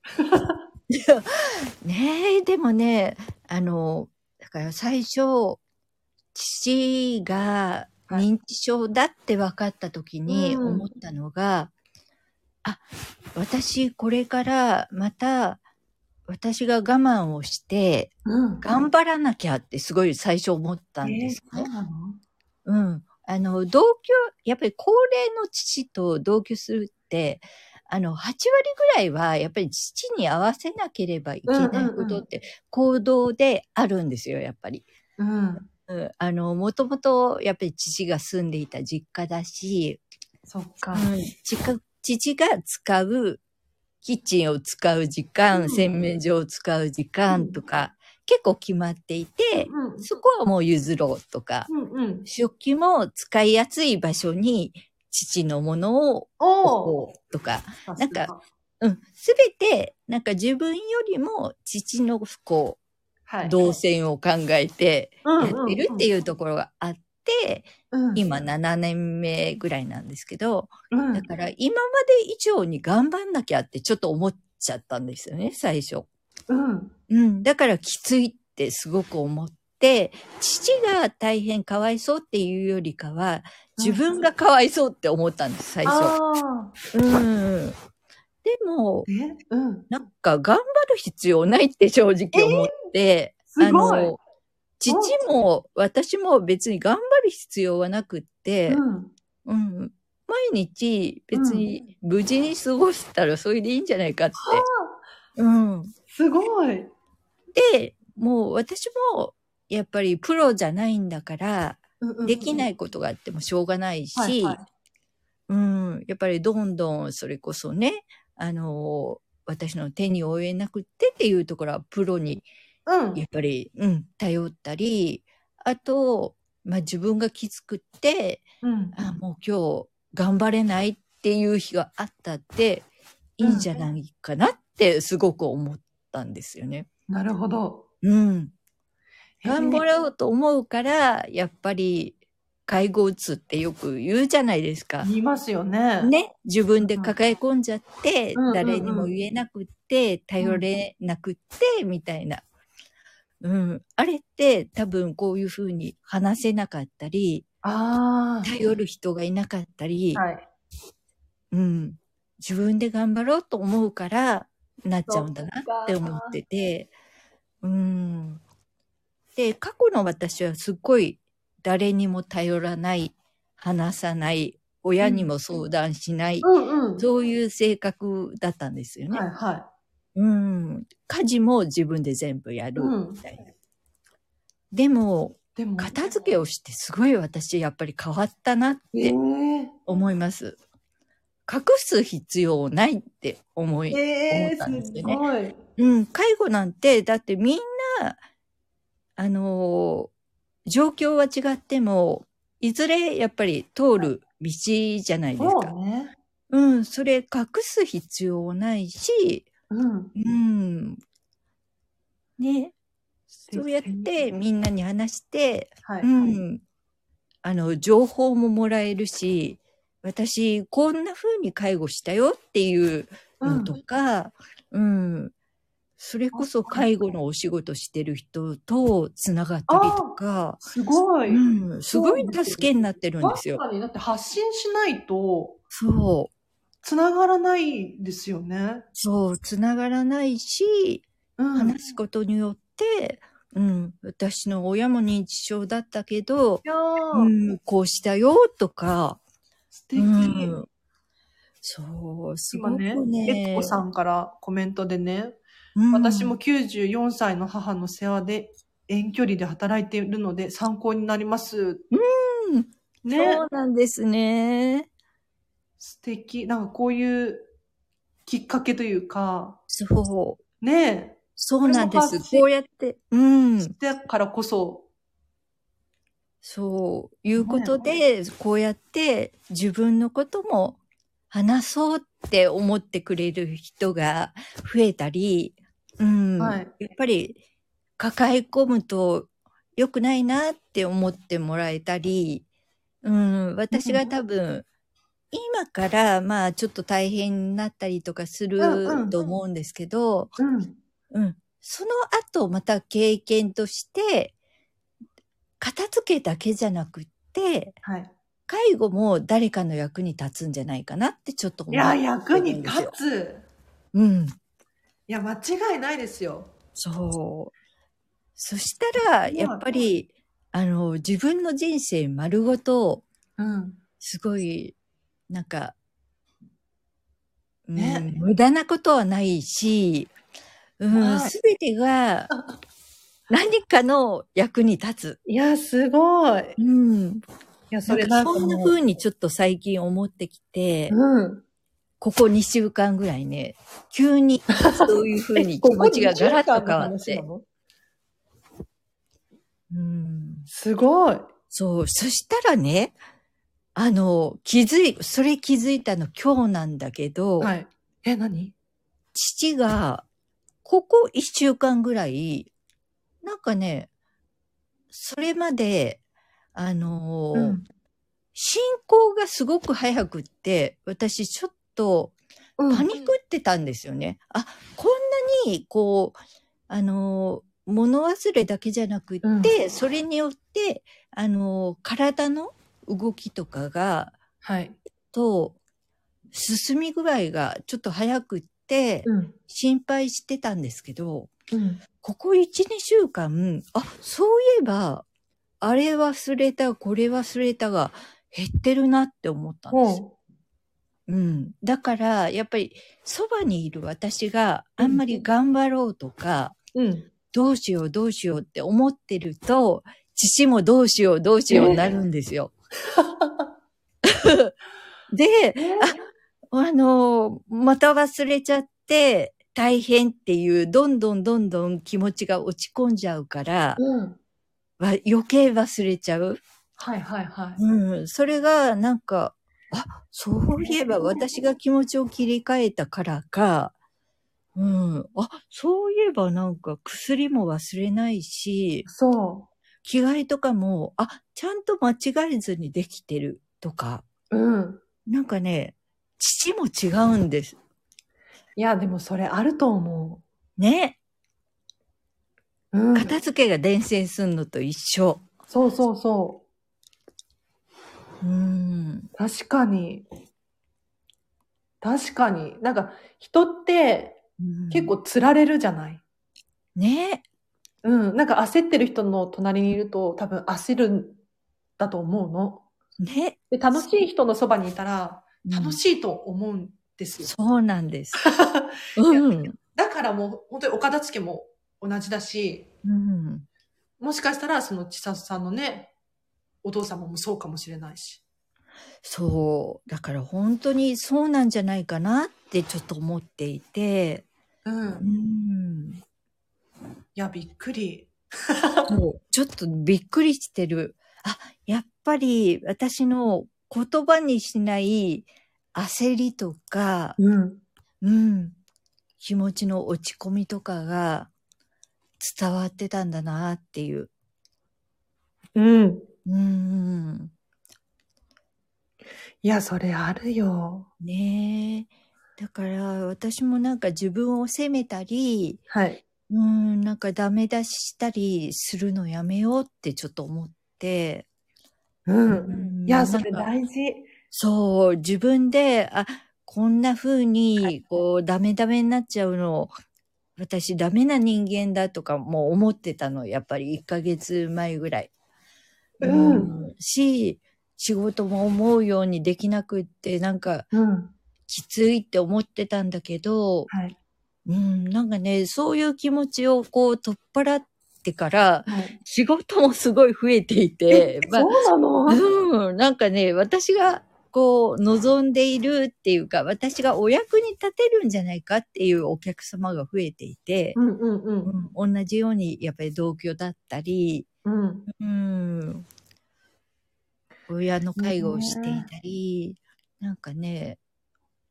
[SPEAKER 2] ねえ、でもね、あの、だから最初、父が
[SPEAKER 1] はい
[SPEAKER 2] 認知症だって分かった時に
[SPEAKER 1] うん
[SPEAKER 2] 思ったのが、あ、私これからまた私が我慢をして
[SPEAKER 1] うん。
[SPEAKER 2] 頑張らなきゃってすごい最初思ったん
[SPEAKER 1] え
[SPEAKER 2] で
[SPEAKER 1] ー
[SPEAKER 2] す
[SPEAKER 1] そうなの
[SPEAKER 2] うん。あの、同居、やっぱり高齢の父と同居するって、あの、8割ぐらいは、やっぱり父に合わせなければいけないことって、行動であるんですよ、やっぱり。
[SPEAKER 1] うん。
[SPEAKER 2] うん、あの、もともと、やっぱり父が住んでいた実家だし、
[SPEAKER 1] そっか。
[SPEAKER 2] 実家父が使う、キッチンを使う時間、
[SPEAKER 1] うん
[SPEAKER 2] 洗面所を使う時間とか、結構決まっていて、
[SPEAKER 1] うん。
[SPEAKER 2] そこはもう譲ろうとか、
[SPEAKER 1] うんうん。
[SPEAKER 2] 食器も使いやすい場所に父のものを
[SPEAKER 1] おお。
[SPEAKER 2] 置こうとか、
[SPEAKER 1] なん
[SPEAKER 2] か、うん、すべて、なんか自分よりも父の不幸、
[SPEAKER 1] はい、
[SPEAKER 2] 動線を考えてやってるって
[SPEAKER 1] う
[SPEAKER 2] いうところがあって、
[SPEAKER 1] んうんうん、
[SPEAKER 2] 今7年目ぐらいなんですけど、
[SPEAKER 1] うん、
[SPEAKER 2] だから今まで以上に頑張んなきゃってちょっと思っちゃったんですよね、最初。
[SPEAKER 1] うん、
[SPEAKER 2] うん、だからきついってすごく思って、父が大変かわいそうっていうよりかは、自分がかわいそうって思ったんです、最初。
[SPEAKER 1] ああ、
[SPEAKER 2] うん。でも、
[SPEAKER 1] え、うん、
[SPEAKER 2] なんか頑張る必要ないって正直思って、
[SPEAKER 1] すごい。、
[SPEAKER 2] 父も私も別に頑張る必要はなくって、
[SPEAKER 1] うん、
[SPEAKER 2] うん。毎日別に無事に過ごせたらそれでいいんじゃないかって。うん。
[SPEAKER 1] すごい。
[SPEAKER 2] で、もう私もやっぱりプロじゃないんだから、できないいことがあってもしょうがないし、
[SPEAKER 1] はいはい
[SPEAKER 2] うん、やっぱりどんどんそれこそね、あの、私の手に負えなくってっていうところはプロに
[SPEAKER 1] うん、
[SPEAKER 2] やっぱり、うん、頼ったり、あと、まあ自分がきつくって、
[SPEAKER 1] うん、
[SPEAKER 2] あ、もう今日頑張れないっていう日があったって、いいんじゃないかなってすごく思ったんですよね。
[SPEAKER 1] なるほど。
[SPEAKER 2] うん。頑張
[SPEAKER 1] う。
[SPEAKER 2] ろうと思うから、やっぱり介護うつってよく言うじゃないですか。
[SPEAKER 1] 言いますよね。。
[SPEAKER 2] ね、自分で抱え込んじゃって、
[SPEAKER 1] うんうんうん
[SPEAKER 2] 誰にも言えなくって、頼れなくって、みたいな。うん。あれって多分こういうふうに話せなかったり、
[SPEAKER 1] あ
[SPEAKER 2] 頼る人がいなかったり、
[SPEAKER 1] あ、はい。
[SPEAKER 2] うん。自分で頑張ろうと思うから、なっちゃうんだなって思ってて、うん。で、過去の私はすっごい誰にも頼らない、話さない、親にも相談しない、
[SPEAKER 1] うんうん。
[SPEAKER 2] そういう性格だったんですよね。
[SPEAKER 1] はいは
[SPEAKER 2] うん。家事も自分で全部や
[SPEAKER 1] い。
[SPEAKER 2] る、
[SPEAKER 1] うん
[SPEAKER 2] み。たいな。でも、
[SPEAKER 1] でも、
[SPEAKER 2] 片付けをしてすごい私やっぱり変わったなっ
[SPEAKER 1] え
[SPEAKER 2] て
[SPEAKER 1] ー、
[SPEAKER 2] 思います。隠す必要ないって思い、思
[SPEAKER 1] え
[SPEAKER 2] ったんで
[SPEAKER 1] ー、
[SPEAKER 2] す
[SPEAKER 1] す
[SPEAKER 2] よね
[SPEAKER 1] ごい。
[SPEAKER 2] うん、介護なんて、だってみんな、あのー状況は違っても、いずれやっぱり通る道じゃないです
[SPEAKER 1] そ
[SPEAKER 2] か。
[SPEAKER 1] うね。
[SPEAKER 2] うん、それ隠す必要ないし、
[SPEAKER 1] うん。
[SPEAKER 2] うん。ね。そうやってみんなに話して、。
[SPEAKER 1] はいう
[SPEAKER 2] ん。あの、情報ももらえるし、私、こんな風に介護したよっていうのとか、うん、それこそ介護のお仕事してる人とつながったりとか、
[SPEAKER 1] すごい。
[SPEAKER 2] うん、すごい助けになってるんで
[SPEAKER 1] 確
[SPEAKER 2] すよ。
[SPEAKER 1] かに、だって発信しないと、
[SPEAKER 2] そう。
[SPEAKER 1] 繋がらないですよね。
[SPEAKER 2] そう、つながらないし、
[SPEAKER 1] うん。
[SPEAKER 2] 話すことによって、うん、私の親も認知症だったけど、
[SPEAKER 1] いや
[SPEAKER 2] う
[SPEAKER 1] ー、
[SPEAKER 2] ん、こうしたよとか、
[SPEAKER 1] 素
[SPEAKER 2] う
[SPEAKER 1] 敵。
[SPEAKER 2] ん、そう、すご
[SPEAKER 1] 今
[SPEAKER 2] く
[SPEAKER 1] ね、レ
[SPEAKER 2] ね
[SPEAKER 1] ッコ、さんからコメントでね、
[SPEAKER 2] うん
[SPEAKER 1] 私も94歳の母の世話で遠距離で働いているので参考になります。
[SPEAKER 2] うん
[SPEAKER 1] ね
[SPEAKER 2] そ、うなんですね。
[SPEAKER 1] 素敵。なんかこういうきっかけというか、
[SPEAKER 2] そう、
[SPEAKER 1] ね、
[SPEAKER 2] そうなんで
[SPEAKER 1] それ
[SPEAKER 2] す
[SPEAKER 1] も。発
[SPEAKER 2] こうやって、うん、
[SPEAKER 1] だからこそ、
[SPEAKER 2] そう、いうことで、こうやって自分のことも話そうって思ってくれる人が増えたり、うん、
[SPEAKER 1] はい。
[SPEAKER 2] やっぱり抱え込むと良くないなって思ってもらえたり、うん、私が多分、今からまあちょっと大変になったりとかす
[SPEAKER 1] うんうん
[SPEAKER 2] ると思うんですけど、
[SPEAKER 1] うん。
[SPEAKER 2] うん、その後また経験として、片付けだけじゃなくって、
[SPEAKER 1] はい。
[SPEAKER 2] 介護も誰かの役に立つんじゃないかなってちょっと思
[SPEAKER 1] いうや、役に
[SPEAKER 2] 思うん
[SPEAKER 1] 立
[SPEAKER 2] ですよ
[SPEAKER 1] つ。
[SPEAKER 2] うん。
[SPEAKER 1] いや、間違いないですよ。
[SPEAKER 2] そう。そしたら、
[SPEAKER 1] そう
[SPEAKER 2] やっぱり、あの、自分の人生丸ごと、
[SPEAKER 1] うん。
[SPEAKER 2] すごい、なんか、うん
[SPEAKER 1] ね
[SPEAKER 2] 無駄なことはないし、う
[SPEAKER 1] は
[SPEAKER 2] ん、
[SPEAKER 1] い
[SPEAKER 2] すべてが、何かの役に立つ。
[SPEAKER 1] いや、すごい。い
[SPEAKER 2] うん。
[SPEAKER 1] や、
[SPEAKER 2] そ
[SPEAKER 1] そ
[SPEAKER 2] ん
[SPEAKER 1] れな
[SPEAKER 2] なん
[SPEAKER 1] かもう
[SPEAKER 2] 風にちょっと最近思ってきて、
[SPEAKER 1] うん。
[SPEAKER 2] ここ2週間ぐらいね、急 にそういう風に気持ちがガラッと変わ
[SPEAKER 1] こ
[SPEAKER 2] っ
[SPEAKER 1] こに中間の話な
[SPEAKER 2] て。
[SPEAKER 1] の
[SPEAKER 2] うん、
[SPEAKER 1] すごい。
[SPEAKER 2] そう、そしたらね、あの、気づい、それ気づいたの今日なんだけど、
[SPEAKER 1] はい。え、何
[SPEAKER 2] 父が、ここ1週間ぐらい、なんかね、それまで、あのー、進行がすごく早くって、私ちょっと、
[SPEAKER 1] うん
[SPEAKER 2] パニックってたんですよね。あ、こんなに、こう、あの、物忘れだけじゃなくって、
[SPEAKER 1] う
[SPEAKER 2] それによって、あの、体の動きとかが、
[SPEAKER 1] はい。
[SPEAKER 2] と、進み具合がちょっと早くって、
[SPEAKER 1] うん。
[SPEAKER 2] 心配してたんですけど、
[SPEAKER 1] うん。
[SPEAKER 2] ここ1、2週間、あ、そういえば、あれ忘れた、これ忘れたが減ってるなって思ったんですよ
[SPEAKER 1] も
[SPEAKER 2] うん。だから、やっぱり、そばにいる私があんまり頑張ろうとか、
[SPEAKER 1] う。うん。
[SPEAKER 2] どうしようどうしようって思ってると、父もどうしようどうしようになるんです よ。で、あの、また忘れちゃって大変っていう、どんどんどんどん気持ちが落ち込んじゃうから、
[SPEAKER 1] うん。
[SPEAKER 2] わ余計忘れちゃう。
[SPEAKER 1] はいはいはい。
[SPEAKER 2] うん。それが、なんか、あ、そういえば私が気持ちを切り替えたからか、うん。あ、そういえばなんか薬も忘れないし、
[SPEAKER 1] そ
[SPEAKER 2] 着替えとかも、あ、ちゃんと間違えずにできてるとか、
[SPEAKER 1] う。うん。
[SPEAKER 2] なんかね、父も違うんです。
[SPEAKER 1] いや、でもそれあると思
[SPEAKER 2] ね。
[SPEAKER 1] う。うん。
[SPEAKER 2] 片付けが伝染すんのと一緒。
[SPEAKER 1] そうそうそ
[SPEAKER 2] うん。
[SPEAKER 1] う。確かに。確かに。なんか、人って
[SPEAKER 2] うん
[SPEAKER 1] 結構。釣られるじゃない、
[SPEAKER 2] ね。
[SPEAKER 1] うん、なんか焦ってる人の隣にいると多分焦るんだと思うの。
[SPEAKER 2] ね。
[SPEAKER 1] で、楽しい人のそばにいたら楽
[SPEAKER 2] い。
[SPEAKER 1] しいと思うんですよ。
[SPEAKER 2] そうなん です。うん。
[SPEAKER 1] だからもう本当にお片付けも同じだし、
[SPEAKER 2] うん。
[SPEAKER 1] もしかしたらその千里さんのね、お父様もそうかもしれないし。
[SPEAKER 2] そう。だから本当にそうなんじゃないかなってちょっと思っていて。
[SPEAKER 1] う。
[SPEAKER 2] うん
[SPEAKER 1] い
[SPEAKER 2] ん。
[SPEAKER 1] や、びっくり。
[SPEAKER 2] そうちょっとびっくりしてる。あ、やっぱり私の言葉にしない焦りとか、
[SPEAKER 1] うん。
[SPEAKER 2] うん。気持ちの落ち込みとかが伝わってたんだなっていう。
[SPEAKER 1] うん。
[SPEAKER 2] うん。
[SPEAKER 1] いや、それあるよ。
[SPEAKER 2] ねえ。だから私もなんか自分を責めたり、
[SPEAKER 1] はい。
[SPEAKER 2] うーん、なんかダメ出ししたりするのやめようってちょっと思って。
[SPEAKER 1] うん。
[SPEAKER 2] うん
[SPEAKER 1] いや、それ
[SPEAKER 2] なんか
[SPEAKER 1] 大事。
[SPEAKER 2] そう、自分で、あ、こんな風
[SPEAKER 1] は
[SPEAKER 2] に
[SPEAKER 1] い、
[SPEAKER 2] こう、ダメダメになっちゃうの、私ダメな人間だとかもう思ってたの、やっぱり1ヶ月前ぐらい。
[SPEAKER 1] うん
[SPEAKER 2] し、仕事も思うようにできなくって、なんか、
[SPEAKER 1] うん。
[SPEAKER 2] きついって思ってたんだけど、
[SPEAKER 1] はい。
[SPEAKER 2] うん、なんかね、そういう気持ちをこう、取っ払ってから、
[SPEAKER 1] はい、
[SPEAKER 2] 仕事もすごい増えていて、まあ
[SPEAKER 1] そうなの、
[SPEAKER 2] うん、なんかね、私がこう望んでいるっていうか、私がお役に立てるんじゃないかっていうお客様が増えていて、
[SPEAKER 1] うんうんう。
[SPEAKER 2] うんん、同じようにやっぱり同居だったり、
[SPEAKER 1] うん。
[SPEAKER 2] うん、親の介護をしていたり、なんかね、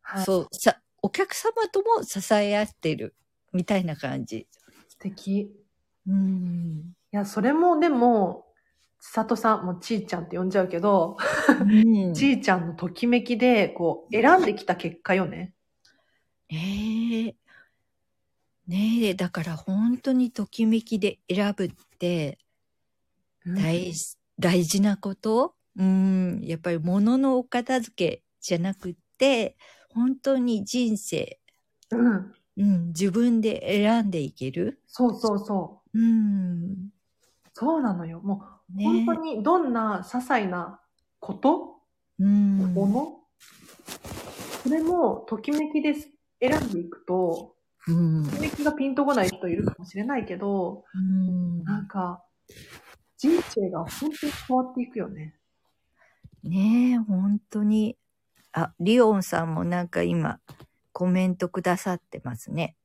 [SPEAKER 1] はい。
[SPEAKER 2] そう、さ、お客様とも支え合ってるみたいな感じ。
[SPEAKER 1] 素敵。
[SPEAKER 2] うん。
[SPEAKER 1] いや、それもでも、千里さん、もうちーちゃんって呼んじゃうけど、
[SPEAKER 2] うん
[SPEAKER 1] ちーちゃんのときめきで、こう、選んできた結果よね。
[SPEAKER 2] ねえ。ねえ、だから本当にときめきで選ぶって大,、大事なことうん、やっぱり物のお片付けじゃなくって、本当に人生、
[SPEAKER 1] うん。
[SPEAKER 2] うん、自分で選んでいける。
[SPEAKER 1] そうそうそう。
[SPEAKER 2] うん。
[SPEAKER 1] そうなのよ。もう、
[SPEAKER 2] ね
[SPEAKER 1] 本当にどんな些細なこと、
[SPEAKER 2] うん。
[SPEAKER 1] もの、それも、ときめきです。選んでいくと、
[SPEAKER 2] うん。
[SPEAKER 1] ときめきがピンとこない人いるかもしれないけど、
[SPEAKER 2] うん
[SPEAKER 1] なんか、人生が本当に変わっていくよね。
[SPEAKER 2] ねえ、本当に。あ、リオンさんもなんか今、コメントくださってますね。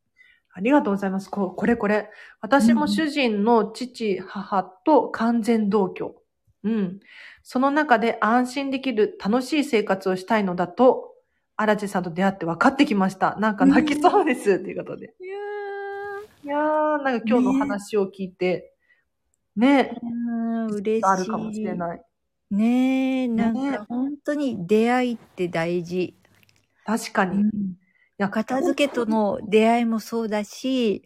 [SPEAKER 1] ありがとうございます。ここれこれ。私も主人の父、母と完全同居。うん。その中で安心できる楽しい生活をしたいのだと、荒地さんと出会って分かってきました。なんか泣きそうです。ということで。
[SPEAKER 2] いや
[SPEAKER 1] いやー、なんか今日のお話を聞いて、ね、
[SPEAKER 2] うん、嬉しい。
[SPEAKER 1] あるかもしれない。
[SPEAKER 2] ねえ、なん
[SPEAKER 1] ね
[SPEAKER 2] か本当に出会いって大事。
[SPEAKER 1] 確かに。いや、
[SPEAKER 2] 片付けとの出会いもそうだし、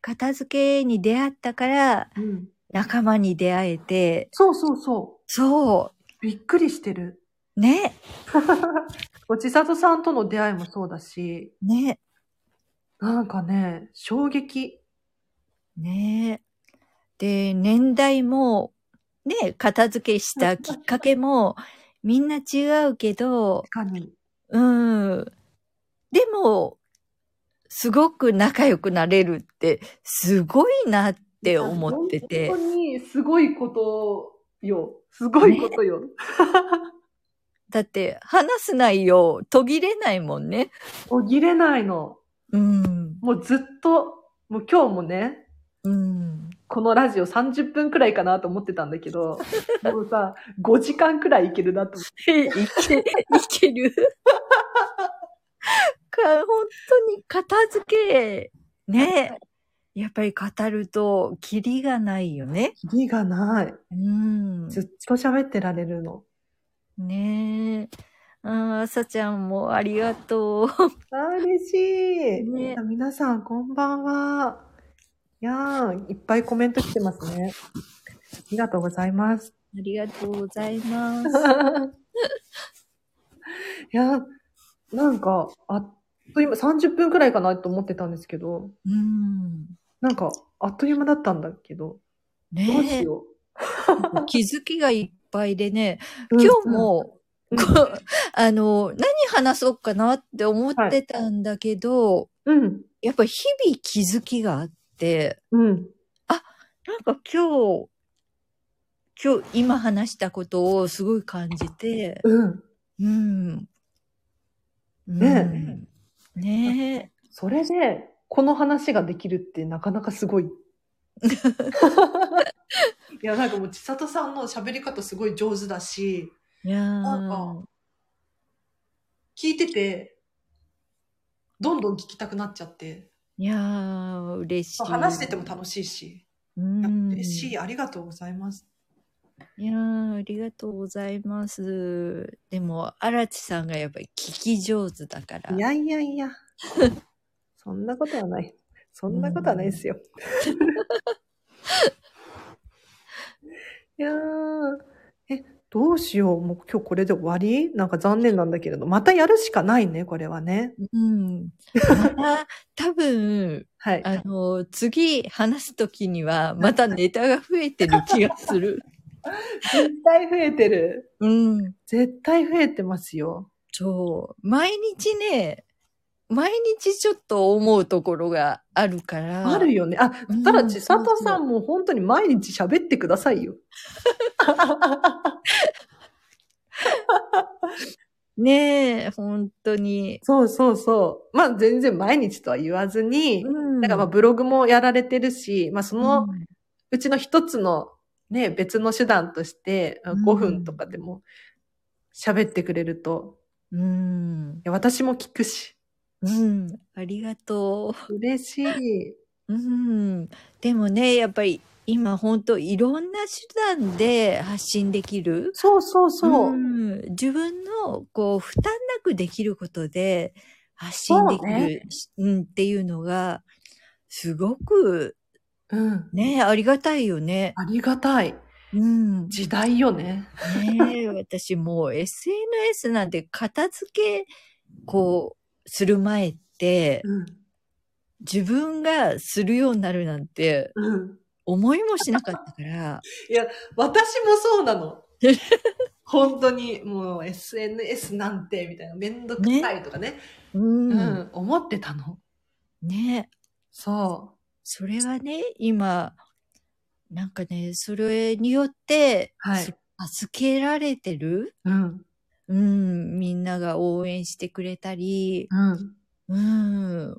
[SPEAKER 2] 片付けに出会ったから
[SPEAKER 1] うん。
[SPEAKER 2] 仲間に出会えて、
[SPEAKER 1] そうそうそ。
[SPEAKER 2] そう
[SPEAKER 1] びっくりしてる。
[SPEAKER 2] う、ね、
[SPEAKER 1] おちさとさんとの出会いもそうだし、
[SPEAKER 2] ね、
[SPEAKER 1] なんかね、衝撃。
[SPEAKER 2] ねで、年代も、ね、片付けしたきっかけも、みんな違うけど、
[SPEAKER 1] 確かに。
[SPEAKER 2] うん。でも、すごく仲良くなれるって、すごいなって思ってて
[SPEAKER 1] 本。当にすごいこと よ。すごいことよ。
[SPEAKER 2] だって、話せないよう、途切れないもんね。
[SPEAKER 1] 途切れないの。
[SPEAKER 2] うん。
[SPEAKER 1] もうずっと、もう今日もね、
[SPEAKER 2] うん。
[SPEAKER 1] このラジオ30分くらいかなと思ってたんだけ ど、もうさ、5時間くらいいけるなと思って。
[SPEAKER 2] いけ、いける。か本当に片付け、ね。やっぱり語ると、キリがないよね。
[SPEAKER 1] キリがない。
[SPEAKER 2] うん。
[SPEAKER 1] ずっと喋ってられるの。
[SPEAKER 2] ねえ。ああ、さちゃんもありがとう。
[SPEAKER 1] あー、嬉しい。
[SPEAKER 2] ね
[SPEAKER 1] 皆さん、こんばんは。いやー、いっぱいコメント来てますね。ありがとうございます。
[SPEAKER 2] ありがとうございます。
[SPEAKER 1] いや、なんか、あっという間、30分くらいかなと思ってたんですけど、
[SPEAKER 2] うん。
[SPEAKER 1] なんか、あっという間だったんだけど、どうし
[SPEAKER 2] ね
[SPEAKER 1] よ
[SPEAKER 2] え、気づきがいっぱいでね、
[SPEAKER 1] う。
[SPEAKER 2] 今日も、
[SPEAKER 1] うん、
[SPEAKER 2] こう あの、何話そうかなって思ってたんだけど、
[SPEAKER 1] うん、
[SPEAKER 2] やっぱ日々気づきがあって、
[SPEAKER 1] うん、
[SPEAKER 2] なんか今日、今日今話したことをすごい感じて、
[SPEAKER 1] うん。
[SPEAKER 2] うん。
[SPEAKER 1] ね
[SPEAKER 2] え。ね
[SPEAKER 1] それで、この話ができるってなかなかす ごい。いや、なんかもう、千里さんの喋り方すごい上手だし、
[SPEAKER 2] え。いやー
[SPEAKER 1] なん聞いてて、どんどん聞きたくなっちゃって、
[SPEAKER 2] いやー嬉しい。
[SPEAKER 1] 話してても楽しいし、
[SPEAKER 2] うん
[SPEAKER 1] 嬉しい、ありがとうございます。
[SPEAKER 2] いやーありがとうございます。でも、荒地さんがやっぱり聞き上手だから。
[SPEAKER 1] いやいやいや。 そんなことはない。そんなことはないですよ。 いやー。え、どうしよう。もう今日これで終わりなんか残念なんだけれど。またやるしかないね、これはね。
[SPEAKER 2] うん。また、 多分、
[SPEAKER 1] はい。
[SPEAKER 2] あの、次話すときには、またネタが増えてる気が する。
[SPEAKER 1] 絶対増えてる。
[SPEAKER 2] うん。
[SPEAKER 1] 絶対増えてますよ。
[SPEAKER 2] そう。毎日ね、毎日ちょっと思うところがあるから。
[SPEAKER 1] あるよね。あ、
[SPEAKER 2] うん
[SPEAKER 1] ただ千里さんも本当に毎日喋ってくださいよ。
[SPEAKER 2] ねえ、本当に。
[SPEAKER 1] そうそうそう。まあ全然毎日とは言わずに、
[SPEAKER 2] ん
[SPEAKER 1] だからまあブログもやられてるし、まあその
[SPEAKER 2] うん
[SPEAKER 1] うちの一つのね、別の手段として
[SPEAKER 2] うん
[SPEAKER 1] 5分とかでも喋ってくれると、
[SPEAKER 2] うん
[SPEAKER 1] い。や私も聞くし、
[SPEAKER 2] うん。ありがと
[SPEAKER 1] 嬉しい。
[SPEAKER 2] う。うん。でもね、やっぱり今本当いろんな手段で発信できる。
[SPEAKER 1] そうそうそう。
[SPEAKER 2] ん自分のこう負担なくできることで発信できる
[SPEAKER 1] そうね
[SPEAKER 2] うん、っていうのがすごく
[SPEAKER 1] うん。
[SPEAKER 2] ね、ありがたいよね。
[SPEAKER 1] ありがたい。
[SPEAKER 2] うん。
[SPEAKER 1] 時代よね。
[SPEAKER 2] ねえ、私もう SNS なんて片付け、こう、する前って、
[SPEAKER 1] うん。
[SPEAKER 2] 自分がするようになるなんて
[SPEAKER 1] うん。
[SPEAKER 2] 思いもしなかったから、
[SPEAKER 1] 私もそうな の。本当に、もう SNS なんて、みたいな、めんどくさいとかね。
[SPEAKER 2] うん
[SPEAKER 1] うん、思ってたの。
[SPEAKER 2] ねえ
[SPEAKER 1] そ
[SPEAKER 2] それがね、今、なんかね、それによって、
[SPEAKER 1] はい
[SPEAKER 2] そ預けられてる、
[SPEAKER 1] う。うん。
[SPEAKER 2] うん、みんなが応援してくれたり、
[SPEAKER 1] うん。
[SPEAKER 2] うん、っ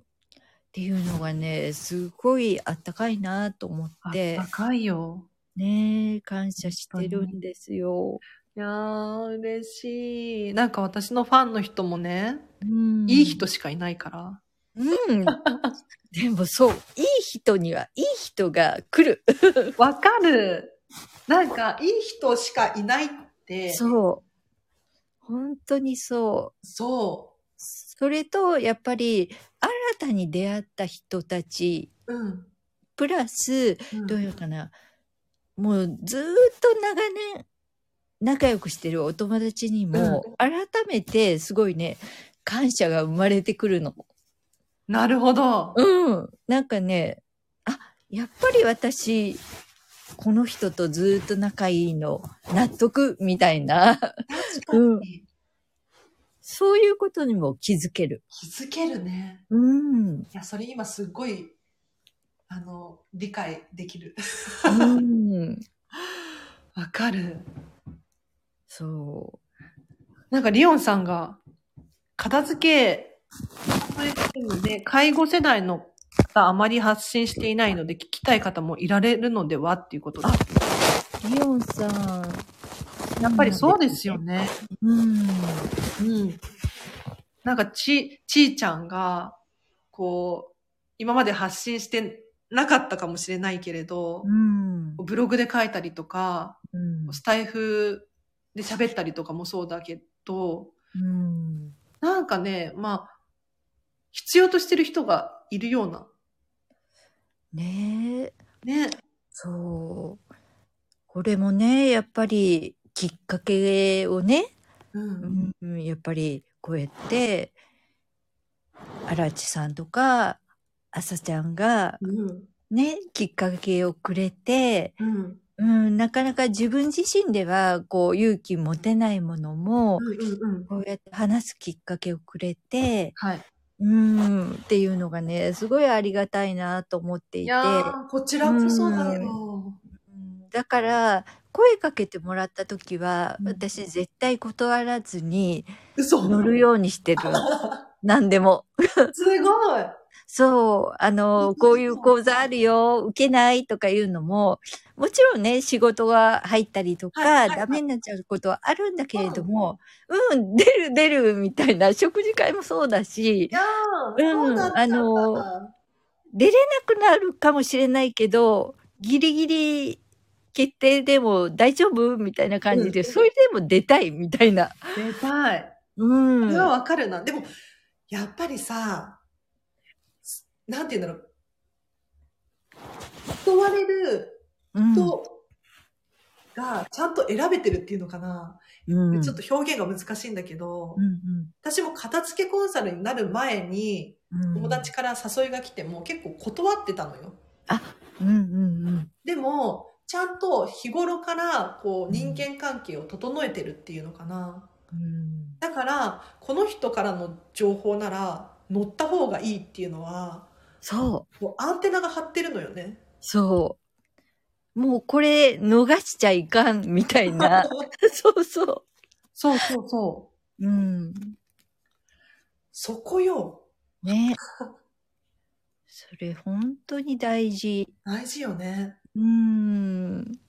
[SPEAKER 2] ていうのがね、すごいあったかいなと思
[SPEAKER 1] あ
[SPEAKER 2] っ
[SPEAKER 1] ってた、かいよ。
[SPEAKER 2] ねえ、感謝してるんですよ。
[SPEAKER 1] いやー、嬉しい。なんか私のファンの人もね、
[SPEAKER 2] うん
[SPEAKER 1] いい人しかいないから。
[SPEAKER 2] うん。でもそう、いい人には、いい人が来る。
[SPEAKER 1] わかるなんか、いい人しかいないって、そう。
[SPEAKER 2] そう。本当にそう。
[SPEAKER 1] そ
[SPEAKER 2] それと、やっぱり、新たに出会った人たち、
[SPEAKER 1] ううん。
[SPEAKER 2] プラス、どういうのかな、もうずーっと長年、仲良くしてるお友達にも、改めて、すごいね、感謝が生まれてくるの。
[SPEAKER 1] なるほど。
[SPEAKER 2] うん。なんかね、あ、やっぱり私、この人とずーっと仲いいの、納得みたいな、
[SPEAKER 1] 確か
[SPEAKER 2] かに
[SPEAKER 1] に。
[SPEAKER 2] そういうことにも気づける。
[SPEAKER 1] 気づけるね。
[SPEAKER 2] うん。
[SPEAKER 1] いや、それ今すっごい、あの、理解できる。
[SPEAKER 2] うん。
[SPEAKER 1] わかる。
[SPEAKER 2] そ
[SPEAKER 1] なんかリオンさんが、片付け、そういうことで、介護世代の方あまり発信していないので、聞きたい方もいられるのではっていうことで
[SPEAKER 2] あ。う。リオンさん。
[SPEAKER 1] やっぱりそうですよ。ね。
[SPEAKER 2] うん。
[SPEAKER 1] うん。なんかち、ちーちゃんが、こう、今まで発信してなかったかもしれないけれど
[SPEAKER 2] う、ん。
[SPEAKER 1] ブログで書いたりとか、
[SPEAKER 2] うん
[SPEAKER 1] スタイフで喋ったりとかもそうだけど、
[SPEAKER 2] うん。
[SPEAKER 1] なんかね、まあ、必要としてる人がいるような。
[SPEAKER 2] ねえ。
[SPEAKER 1] ね。
[SPEAKER 2] そう。これもね、やっぱり、きっかけをね、
[SPEAKER 1] う。
[SPEAKER 2] うんんうん、やっぱりこうやって荒地さんとか朝ちゃんが
[SPEAKER 1] うん。
[SPEAKER 2] ねきっかけをくれて、
[SPEAKER 1] うん。
[SPEAKER 2] うん、なかなか自分自身ではこう勇気持てないものも
[SPEAKER 1] うん。
[SPEAKER 2] こうやって話すきっかけをくれて、
[SPEAKER 1] はい。
[SPEAKER 2] うん、っていうのがねすごいありがたいなと思ってい
[SPEAKER 1] い
[SPEAKER 2] て
[SPEAKER 1] やー、こちらこそだけど。
[SPEAKER 2] うんだから声かけてもらった時は
[SPEAKER 1] うん
[SPEAKER 2] 私絶対断らずに
[SPEAKER 1] 嘘
[SPEAKER 2] 乗るようにしてるの何でも。
[SPEAKER 1] すごい
[SPEAKER 2] そう、あ
[SPEAKER 1] う
[SPEAKER 2] の
[SPEAKER 1] ん、
[SPEAKER 2] こういう講座あるよ、受けないとかいうのも、もちろんね、仕事が入ったりとか、
[SPEAKER 1] はいはいはい
[SPEAKER 2] ダメになっちゃうことはあるんだけれども、うん、出る出るみたいな、食事会もそうだし
[SPEAKER 1] い、やー、
[SPEAKER 2] うん
[SPEAKER 1] そうだったんだ
[SPEAKER 2] あの出れなくなるかもしれないけど、ギリギリ決定でも大丈夫みたいな感じで、
[SPEAKER 1] うん
[SPEAKER 2] それでも出たいみたいな。
[SPEAKER 1] 出たい。
[SPEAKER 2] うん。
[SPEAKER 1] それはわかるな。でも、やっぱりさ、なんて言うんだろう。断われる
[SPEAKER 2] うん
[SPEAKER 1] 人がちゃんと選べてるっていうのかな。
[SPEAKER 2] うん
[SPEAKER 1] ちょっと表現が難しいんだけど、
[SPEAKER 2] うん
[SPEAKER 1] 私も片付けコンサルになる前に、
[SPEAKER 2] うん
[SPEAKER 1] 友達から誘いが来ても結構断ってたのよ。
[SPEAKER 2] うんうんうん。
[SPEAKER 1] でも、ちゃんと日頃からこう人間関係を整えてるっていうのかな。
[SPEAKER 2] うん
[SPEAKER 1] だから、この人からの情報なら乗った方がいいっていうのは、
[SPEAKER 2] そう。
[SPEAKER 1] もうアンテナが張ってるのよね。
[SPEAKER 2] そう。もうこれ逃しちゃいかんみたいな。そうそ
[SPEAKER 1] そうそうそう。
[SPEAKER 2] う。うん。
[SPEAKER 1] そこよ。
[SPEAKER 2] ね。それ本当に大事。
[SPEAKER 1] 大事よね。
[SPEAKER 2] うん。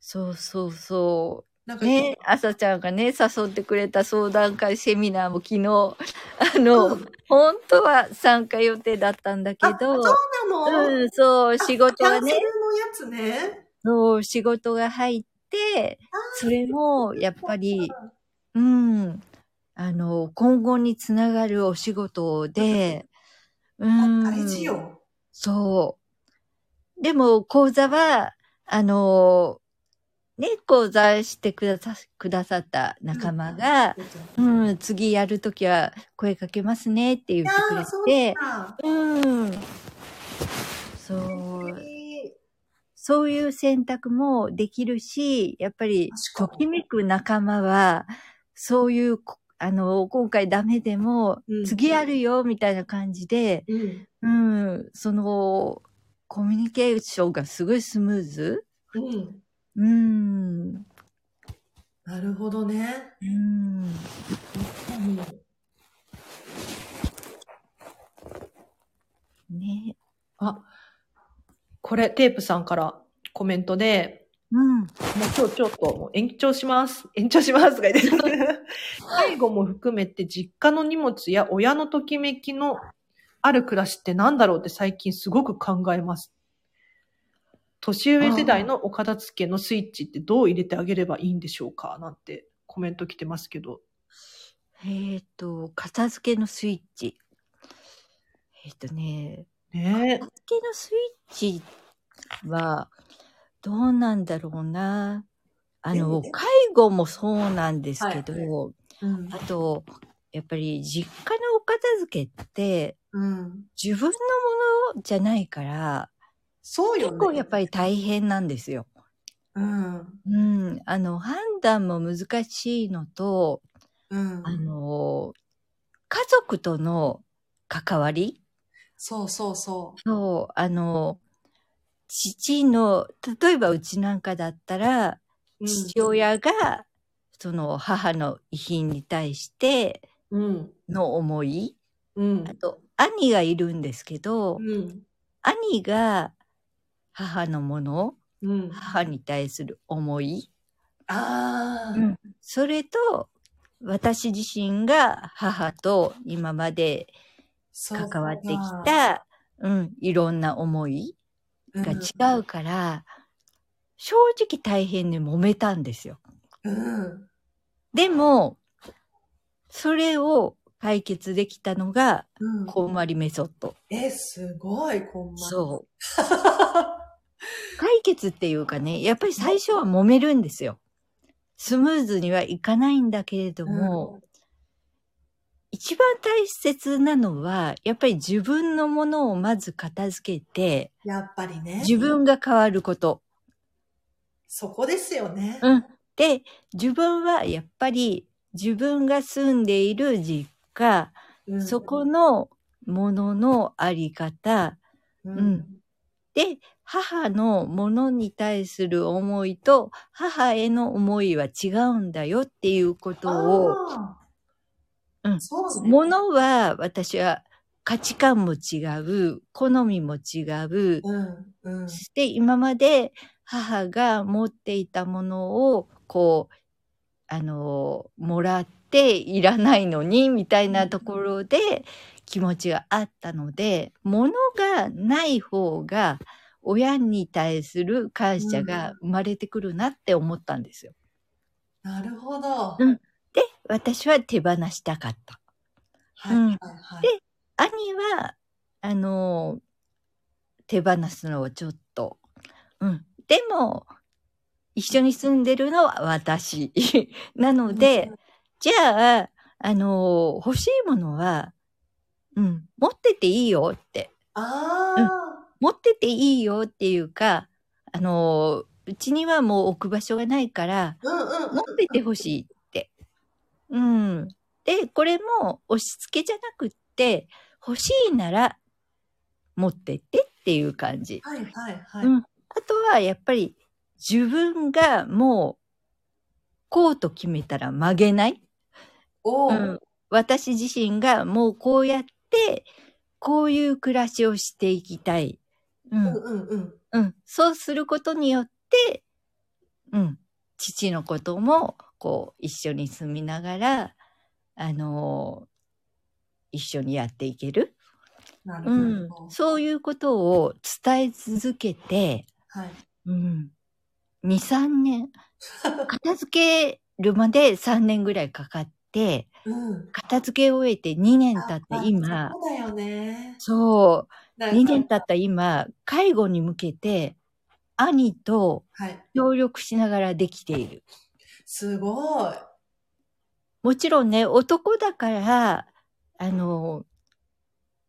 [SPEAKER 2] そうそうそ
[SPEAKER 1] なんか、
[SPEAKER 2] う。ね、あさちゃんがね、誘ってくれた相談会セミナーも昨日、あの、
[SPEAKER 1] うん
[SPEAKER 2] 本当は参加予定だったんだけ
[SPEAKER 1] あそう
[SPEAKER 2] ど、
[SPEAKER 1] なの、
[SPEAKER 2] うん、そう、仕事
[SPEAKER 1] キャ
[SPEAKER 2] が
[SPEAKER 1] ンセ
[SPEAKER 2] ね
[SPEAKER 1] ル、のやつね。
[SPEAKER 2] そう、仕事が入って、それも、やっぱり、うん、あの、今後につながるお仕事で、う
[SPEAKER 1] あ
[SPEAKER 2] ん。
[SPEAKER 1] 大事よ。
[SPEAKER 2] そう。でも、講座は、あの、ね、講座してくださ、くださった仲間が、うん、次やるときは声かけますねって言
[SPEAKER 1] い
[SPEAKER 2] っ
[SPEAKER 1] や
[SPEAKER 2] て
[SPEAKER 1] ーそう
[SPEAKER 2] くれて、
[SPEAKER 1] だ。
[SPEAKER 2] うん。そう。そういう選択もできるし、やっぱり、と
[SPEAKER 1] 確かに
[SPEAKER 2] きめく仲間は、そういうこ、あの、今回ダメでも
[SPEAKER 1] うん、
[SPEAKER 2] 次あるよ、みたいな感じで、
[SPEAKER 1] うん。
[SPEAKER 2] うん、その、コミュニケーションがすごいスムーズ
[SPEAKER 1] うん。
[SPEAKER 2] うん。うん。
[SPEAKER 1] なるほどね。
[SPEAKER 2] ね。
[SPEAKER 1] あ、これ、テープさんからコメントで、
[SPEAKER 2] うん。
[SPEAKER 1] もう今日ちょっともう延長します。 延長しますとか言ってる。 介護も含めて実家の荷物や親のときめきのある暮らしって何だろうって最近すごく考えます。年上世代のお片付けのスイッチってどう入れてあげればいいんでしょうかなんてコメント来てますけど。
[SPEAKER 2] えっ、と、片付けのスイッチ。えっ、とね、
[SPEAKER 1] ね
[SPEAKER 2] 片付けのスイッチは、どうなんだろうな。あの、
[SPEAKER 1] ええ
[SPEAKER 2] 介護もそうなんですけど、
[SPEAKER 1] え。うん
[SPEAKER 2] あ。と、やっぱり実家のお片付けって、
[SPEAKER 1] うん。
[SPEAKER 2] 自分のものじゃないから、
[SPEAKER 1] そうよね。
[SPEAKER 2] 結構やっぱり大変なんですよ。
[SPEAKER 1] うん。
[SPEAKER 2] うん。あの、判断も難しいのと、
[SPEAKER 1] うん。
[SPEAKER 2] あの、家族との関わり
[SPEAKER 1] そうそうそう。
[SPEAKER 2] そう、あの、父の、例えばうちなんかだったら、
[SPEAKER 1] うん
[SPEAKER 2] 父親が、その母の遺品に対して
[SPEAKER 1] うん。
[SPEAKER 2] の思い、
[SPEAKER 1] うん
[SPEAKER 2] あ。と、兄がいるんですけど、
[SPEAKER 1] うん。
[SPEAKER 2] 兄が母のもの、
[SPEAKER 1] うん。
[SPEAKER 2] 母に対する思い、
[SPEAKER 1] ああ。
[SPEAKER 2] うんそれと、私自身が母と今まで
[SPEAKER 1] そう
[SPEAKER 2] 関わってきた、うん、いろんな思い。が違うから、正直大変で揉めたんですよ。
[SPEAKER 1] うん。うん。
[SPEAKER 2] でも、それを解決できたのが、
[SPEAKER 1] うん、
[SPEAKER 2] こんまりメソッド。
[SPEAKER 1] え、すごい、こんま。
[SPEAKER 2] そう。 解決っていうかね、やっぱり最初は揉めるんですよ。スムーズにはいかないんだけれども、一番大切なのは、やっぱり自分のものをまず片付けて、
[SPEAKER 1] やっぱりね。
[SPEAKER 2] 自分が変わること。
[SPEAKER 1] そこですよね。
[SPEAKER 2] うん。で、自分はやっぱり自分が住んでいる実家、
[SPEAKER 1] うん
[SPEAKER 2] そこ、のもののあり方
[SPEAKER 1] うん
[SPEAKER 2] で、母のものに対する思いと母への思いは違うんだよっていうことを、
[SPEAKER 1] あー
[SPEAKER 2] うん
[SPEAKER 1] そうね。
[SPEAKER 2] ものは私は価値観も違う、好みも違う、
[SPEAKER 1] うん、うん。
[SPEAKER 2] そして今まで母が持っていたものをこうあのもらっていらないのにみたいなところで気持ちがあったので物がない方が親に対する感謝が生まれてくるなって思ったんですよ。
[SPEAKER 1] なるほど。
[SPEAKER 2] うんで、私は手放したかった。
[SPEAKER 1] はい、
[SPEAKER 2] うん
[SPEAKER 1] はい、はい。
[SPEAKER 2] で兄は、あの、手放すのをちょっと。うん。でも、一緒に住んでるのは私。 なので、じゃあ、あの、欲しいものは、うん、持ってていいよって。
[SPEAKER 1] ああ、
[SPEAKER 2] うん持ってていいよっていうか、あの、うちにはもう置く場所がないから、
[SPEAKER 1] うん、うん、うん。
[SPEAKER 2] 持っててほしいって。うん。で、これも押し付けじゃなくって、欲しいなら持ってってっていう感じ。
[SPEAKER 1] はい、はい、はい。
[SPEAKER 2] うんあとはやっぱり自分がもうこうと決めたら曲げない。
[SPEAKER 1] おお、
[SPEAKER 2] うん私自身がもうこうやってこういう暮らしをしていきたい。う
[SPEAKER 1] うん、
[SPEAKER 2] ん。
[SPEAKER 1] うん、うん。
[SPEAKER 2] うん、そうすることによって、うん、父のことも、こう、一緒に住みながら、あのー一緒にやっていける。
[SPEAKER 1] なる
[SPEAKER 2] う
[SPEAKER 1] ほど。
[SPEAKER 2] ん、そういうことを伝え続けて、
[SPEAKER 1] はい。
[SPEAKER 2] うん、2、3年、片付けるまで3年ぐらいかかって、
[SPEAKER 1] うん。
[SPEAKER 2] 片付け終えて2年経った
[SPEAKER 1] あ
[SPEAKER 2] 今、
[SPEAKER 1] そうだよね。
[SPEAKER 2] そう、
[SPEAKER 1] なんか
[SPEAKER 2] 2年経った今、介護に向けて、兄と
[SPEAKER 1] はい。
[SPEAKER 2] 協力しながらできている。
[SPEAKER 1] すごい。
[SPEAKER 2] もちろんね、男だから、あの、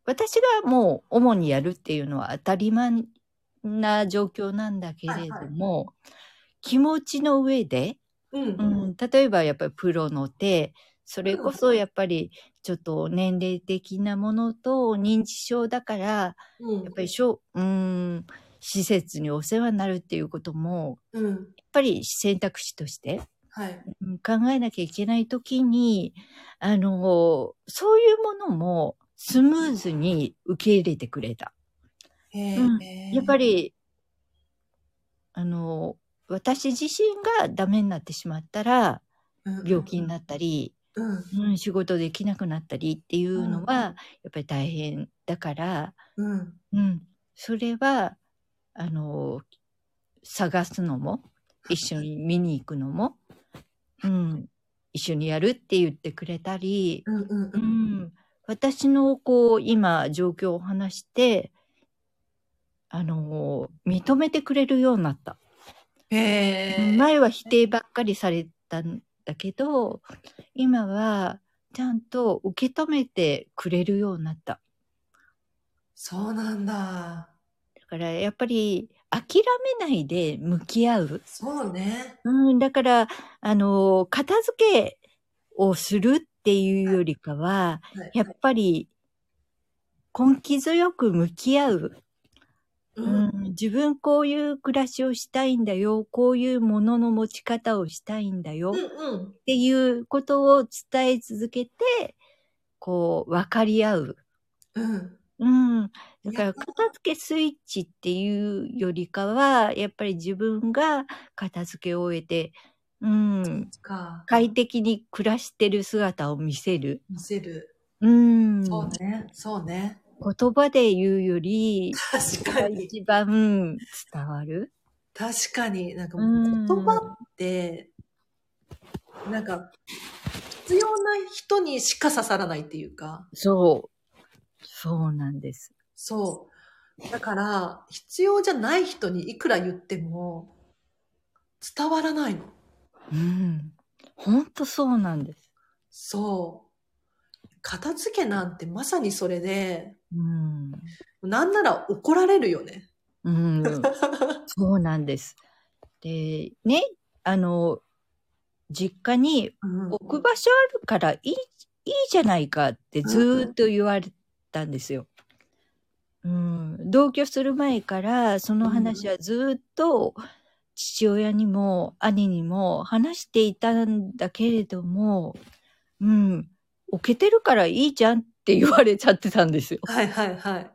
[SPEAKER 2] 私がもう主にやるっていうのは当たり前な状況なんだけれども、気持ちの上で、
[SPEAKER 1] うん。
[SPEAKER 2] うん、例えばやっぱりプロの手、それこそやっぱりちょっと年齢的なものと認知症だから、
[SPEAKER 1] うん。
[SPEAKER 2] やっぱりしょ、うん、施設にお世話になるっていうことも、
[SPEAKER 1] うん。
[SPEAKER 2] やっぱり選択肢として
[SPEAKER 1] はい。
[SPEAKER 2] うん考えなきゃいけないときに、あの、そういうものもスムーズに受け入れてくれた。
[SPEAKER 1] へー
[SPEAKER 2] うんやっぱ、り、あの、私自身がダメになってしまったら、
[SPEAKER 1] うん
[SPEAKER 2] 病気になったり、
[SPEAKER 1] うん。
[SPEAKER 2] うん、仕事できなくなったりっていうのは、やっぱり大変だから、
[SPEAKER 1] うん。
[SPEAKER 2] うん、それは、あの、探す のも、一緒に見に行くのも、うん、一緒にやるって言ってくれたり、
[SPEAKER 1] うん。うん。
[SPEAKER 2] う
[SPEAKER 1] うん。
[SPEAKER 2] ん、私のこう、今、状況を話して、あの、認めてくれるようになった。
[SPEAKER 1] へー
[SPEAKER 2] 前は否定ばっかりされたんだけど、今は、ちゃんと受け止めてくれるようになった。
[SPEAKER 1] そうなんだ。
[SPEAKER 2] だからやっぱり諦めないで向き合う。
[SPEAKER 1] そうね。
[SPEAKER 2] うん、だから、あの、片付けをするっていうよりかは、
[SPEAKER 1] はい
[SPEAKER 2] やっぱり根気強く向き合う。
[SPEAKER 1] う。
[SPEAKER 2] うんん、自分こういう暮らしをしたいんだよ。こういうものの持ち方をしたいんだよ。
[SPEAKER 1] う
[SPEAKER 2] っ
[SPEAKER 1] ん。うん。
[SPEAKER 2] ていうことを伝え続けて、こう、分かり合う。
[SPEAKER 1] うん。
[SPEAKER 2] うん。だか
[SPEAKER 1] いや
[SPEAKER 2] ら、片付けスイッチっていうよりかは、やっぱり自分が片付けを終えて、うん、
[SPEAKER 1] か。
[SPEAKER 2] 快適に暮らしてる姿を見せる。
[SPEAKER 1] 見せる。
[SPEAKER 2] うん。
[SPEAKER 1] そうね。そうね。
[SPEAKER 2] 言葉で言うより、
[SPEAKER 1] 確かに。
[SPEAKER 2] 一番伝わる。
[SPEAKER 1] 確かに、なんかもう
[SPEAKER 2] う
[SPEAKER 1] 言
[SPEAKER 2] ん
[SPEAKER 1] 葉って、なんか、必要な人にしか刺さらないっていうか、
[SPEAKER 2] そう。そうなんです。
[SPEAKER 1] そう。だから、必要じゃない人にいくら言っても、伝わらないの。
[SPEAKER 2] うん。ほんとそうなんです。
[SPEAKER 1] そう。片付けなんてまさにそれで、
[SPEAKER 2] うん。
[SPEAKER 1] なんなら怒られるよね。
[SPEAKER 2] うん。そうなんです。で、ね、あの、実家に
[SPEAKER 1] うん
[SPEAKER 2] 置く場所あるからいい、いいじゃないかってずーっと言われたんですよ。うん、同居する前からその話はずーっと父親にも兄にも話していたんだけれども、うん、置けてるからいいじゃんって言われちゃってたんですよ。
[SPEAKER 1] はいはいはい。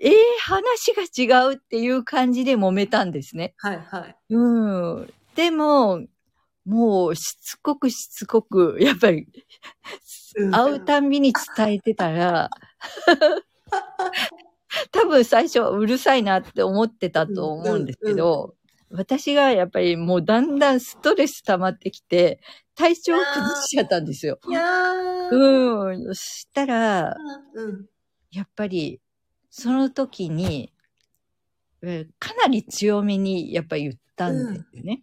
[SPEAKER 2] ええ話が違うっていう感じで揉めたんですね。
[SPEAKER 1] はいはい。
[SPEAKER 2] うん。でも、もうしつこくしつこく、 やっぱり、
[SPEAKER 1] うん
[SPEAKER 2] 会うたんびに伝えてたら、 多分最初はうるさいなって思ってたと思うんですけど、私がやっぱりもうだんだんストレス溜まってきて、体調を崩しちゃったんですよ。
[SPEAKER 1] いやー。
[SPEAKER 2] うん。そしたら、
[SPEAKER 1] うん。
[SPEAKER 2] やっぱり、その時に、えーかなり強めにやっぱり言ったんですよね。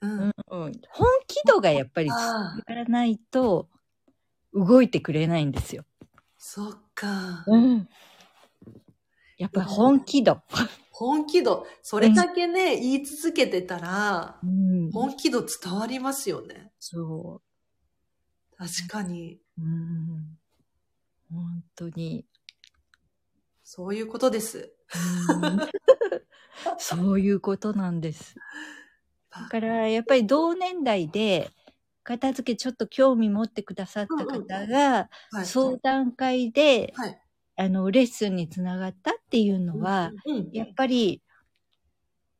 [SPEAKER 1] うん。
[SPEAKER 2] うん本気度がやっぱり伝
[SPEAKER 1] ああ、
[SPEAKER 2] わらないと、動いてくれないんですよ。
[SPEAKER 1] そっか。
[SPEAKER 2] うん。やっぱり本気度。
[SPEAKER 1] 本気度、それだけね、言い続けてたら、
[SPEAKER 2] うん
[SPEAKER 1] 本気度伝わりますよね。
[SPEAKER 2] そ
[SPEAKER 1] 確かに。
[SPEAKER 2] う。うん。本当に。
[SPEAKER 1] そういうことです。
[SPEAKER 2] そういうことなんです。
[SPEAKER 1] だ
[SPEAKER 2] だから、やっぱり同年代で、片付けちょっと興味持ってくださった方が、
[SPEAKER 1] はい、
[SPEAKER 2] 相談会で、
[SPEAKER 1] はい
[SPEAKER 2] あの、レッスンにつながったっていうのは、、
[SPEAKER 1] うんうん、
[SPEAKER 2] やっぱり、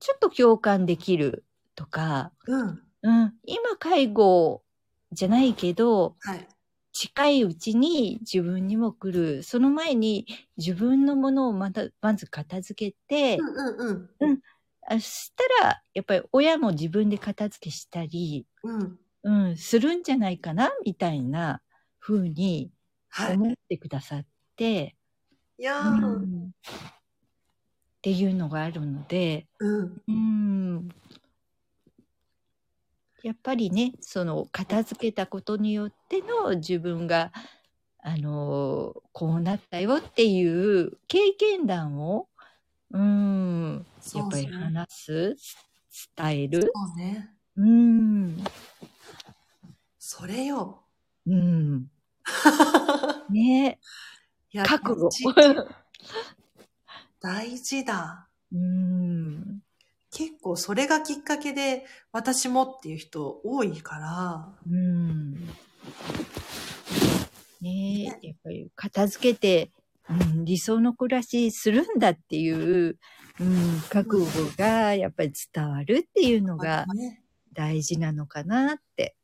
[SPEAKER 2] ちょっと共感できるとか、
[SPEAKER 1] うん。
[SPEAKER 2] うん、今介護じゃないけど、
[SPEAKER 1] はい。
[SPEAKER 2] 近いうちに自分にも来る。その前に自分のものをまた、まず片付けて、
[SPEAKER 1] うんうんうん。
[SPEAKER 2] あしたら、やっぱり親も自分で片付けしたり、
[SPEAKER 1] うん。
[SPEAKER 2] うん、するんじゃないかな、みたいな風に
[SPEAKER 1] はい。
[SPEAKER 2] 思ってくださって、
[SPEAKER 1] いや
[SPEAKER 2] う
[SPEAKER 1] ー、
[SPEAKER 2] んっていうのがあるので、
[SPEAKER 1] うん。
[SPEAKER 2] うん、やっぱりねその片付けたことによっての自分があのこうなったよっていう経験談をうんや
[SPEAKER 1] そ
[SPEAKER 2] っ
[SPEAKER 1] う
[SPEAKER 2] ぱ
[SPEAKER 1] ね
[SPEAKER 2] り話す伝える
[SPEAKER 1] そうね。
[SPEAKER 2] うん
[SPEAKER 1] それ よ。
[SPEAKER 2] うんね
[SPEAKER 1] いや
[SPEAKER 2] 覚悟
[SPEAKER 1] 大事大事だ。
[SPEAKER 2] うん
[SPEAKER 1] 結構それがきっかけで私もっていう人多いから、
[SPEAKER 2] うんねえ、や
[SPEAKER 1] ね
[SPEAKER 2] っぱり片付けて、うん、理想の暮らしするんだっていう、うん、覚悟がやっぱり伝わるっていうのが
[SPEAKER 1] ね、
[SPEAKER 2] 大事なのかなって。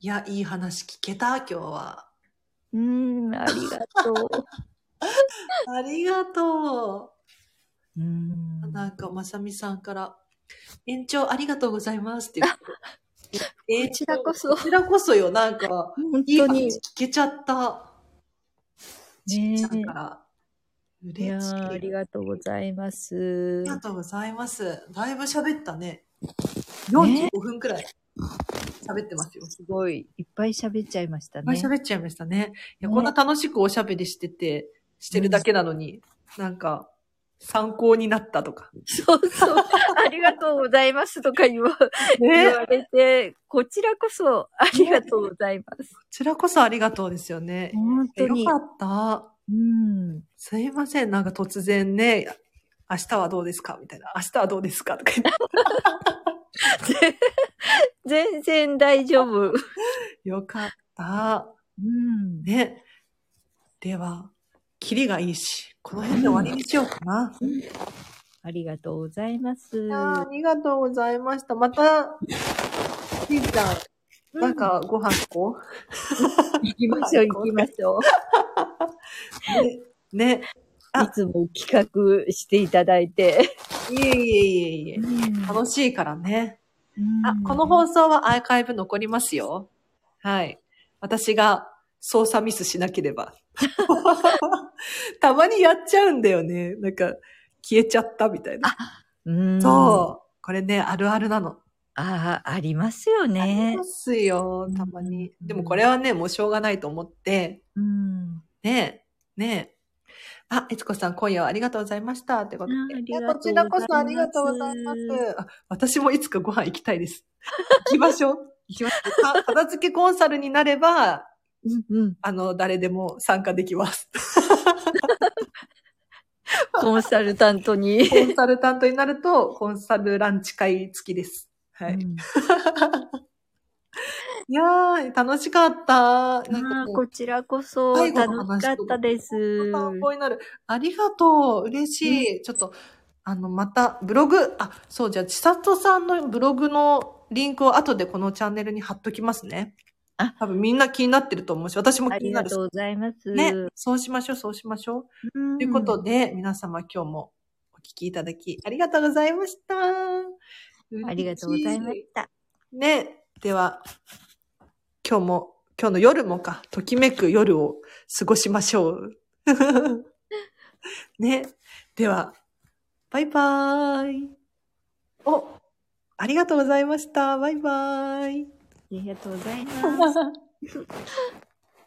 [SPEAKER 1] いや、いい話聞けた、今日は。
[SPEAKER 2] うん、ありがと
[SPEAKER 1] ありがと
[SPEAKER 2] う。うん
[SPEAKER 1] う。、なんか、まさみさんから、延長ありがとうございますって言って。
[SPEAKER 2] こちらこそ
[SPEAKER 1] こちらこそよ、なんか、
[SPEAKER 2] 本
[SPEAKER 1] いい
[SPEAKER 2] 当
[SPEAKER 1] 話
[SPEAKER 2] に。
[SPEAKER 1] 聞けちゃった。
[SPEAKER 2] ね
[SPEAKER 1] ちゃんから。
[SPEAKER 2] え、いや
[SPEAKER 1] 嬉しい。
[SPEAKER 2] ーありがとうございます
[SPEAKER 1] あり。がとうございます。だいぶ喋ったね。45分くらい喋ってますよ。
[SPEAKER 2] すごい、いっぱい喋っちゃいました
[SPEAKER 1] いっぱ
[SPEAKER 2] ね
[SPEAKER 1] い。喋っちゃいましたね。いや、
[SPEAKER 2] ね
[SPEAKER 1] こんな楽しくおしゃべりしてて、してるだけなのに、なんか、参考になったとか。
[SPEAKER 2] そうそう、 ありがとうございますとか言わ言
[SPEAKER 1] ね。こ
[SPEAKER 2] われて、こちらこそありがとうございます。
[SPEAKER 1] ちらこそありがとうですよね。
[SPEAKER 2] 本当に
[SPEAKER 1] よか。った。
[SPEAKER 2] うん。
[SPEAKER 1] すいません。なんか突然ね、明日はどうですかみたいな。明日はどうですかとか言って。
[SPEAKER 2] 全然大丈夫。
[SPEAKER 1] よかった。
[SPEAKER 2] うん。
[SPEAKER 1] ね。では、キリがいいし、この辺で終わりにしようかな。
[SPEAKER 2] ありがとうございます。
[SPEAKER 1] いやーありがとうございました。また、しーちゃん、なんかご飯行こ
[SPEAKER 2] 行きましょう、行きましょ
[SPEAKER 1] うねね。
[SPEAKER 2] う。いつも企画していただいて。
[SPEAKER 1] いえいえいえいえ。楽しいからね。あ、この放
[SPEAKER 2] 方
[SPEAKER 1] 送はアーカイブ残りますよ。はい。私が操作ミスしなけ れば。たまにやっちゃうんだよね。なんか、消えちゃったみたいな。
[SPEAKER 2] うん。
[SPEAKER 1] そう。これね、あるあるなの。
[SPEAKER 2] ああ、ありますよ
[SPEAKER 1] あり
[SPEAKER 2] ね
[SPEAKER 1] ま。すよ、たまに。
[SPEAKER 2] うん
[SPEAKER 1] でもこれはね、もうしょうがないと思って、
[SPEAKER 2] うん。
[SPEAKER 1] ねえ、ねえ。あ、えつこさん、今夜はありがとうございました。ってことで
[SPEAKER 2] あありがとうございます
[SPEAKER 1] こちらこそありがとうございます。あ私もいつかご飯行きたい です。行きましょう。行きましょうか。片付けコンサルになれば、
[SPEAKER 2] うんうん。
[SPEAKER 1] あの、誰でも参加でき ます。
[SPEAKER 2] コンサルタントに。
[SPEAKER 1] コンサルタントになると、コンサルランチ会付きです。はい。
[SPEAKER 2] うん
[SPEAKER 1] いやー、楽しかった。
[SPEAKER 2] あ
[SPEAKER 1] な
[SPEAKER 2] あ
[SPEAKER 1] んか
[SPEAKER 2] こ
[SPEAKER 1] こ
[SPEAKER 2] ちらこそ
[SPEAKER 1] 最
[SPEAKER 2] 楽
[SPEAKER 1] 後の話
[SPEAKER 2] しかっ
[SPEAKER 1] とか
[SPEAKER 2] たです。
[SPEAKER 1] う、参考になる。ありがとう。嬉しい。ちょっと、あの、また、ブログ、あ、そう、じゃあ、ちさとさんのブログのリンクを後でこのチャンネルに貼っときますね。
[SPEAKER 2] あ
[SPEAKER 1] 多分みんな気になってると思うし、私も
[SPEAKER 2] あ
[SPEAKER 1] 気に
[SPEAKER 2] り
[SPEAKER 1] な
[SPEAKER 2] が
[SPEAKER 1] るし
[SPEAKER 2] とう。ございます。
[SPEAKER 1] ね、そうしましょう、そうしましょう。
[SPEAKER 2] うん
[SPEAKER 1] ということで、皆様今日もお聞きいただきありがとうございました。
[SPEAKER 2] ありがとうございま
[SPEAKER 1] 嬉し
[SPEAKER 2] した。
[SPEAKER 1] い。ね、では、今日も、今日の夜もか、ときめく夜を過ごしましょう。 ね、では、バイバーイ。お、あ りがとうございました。バイバーイ。
[SPEAKER 2] ありがとうございます。
[SPEAKER 1] は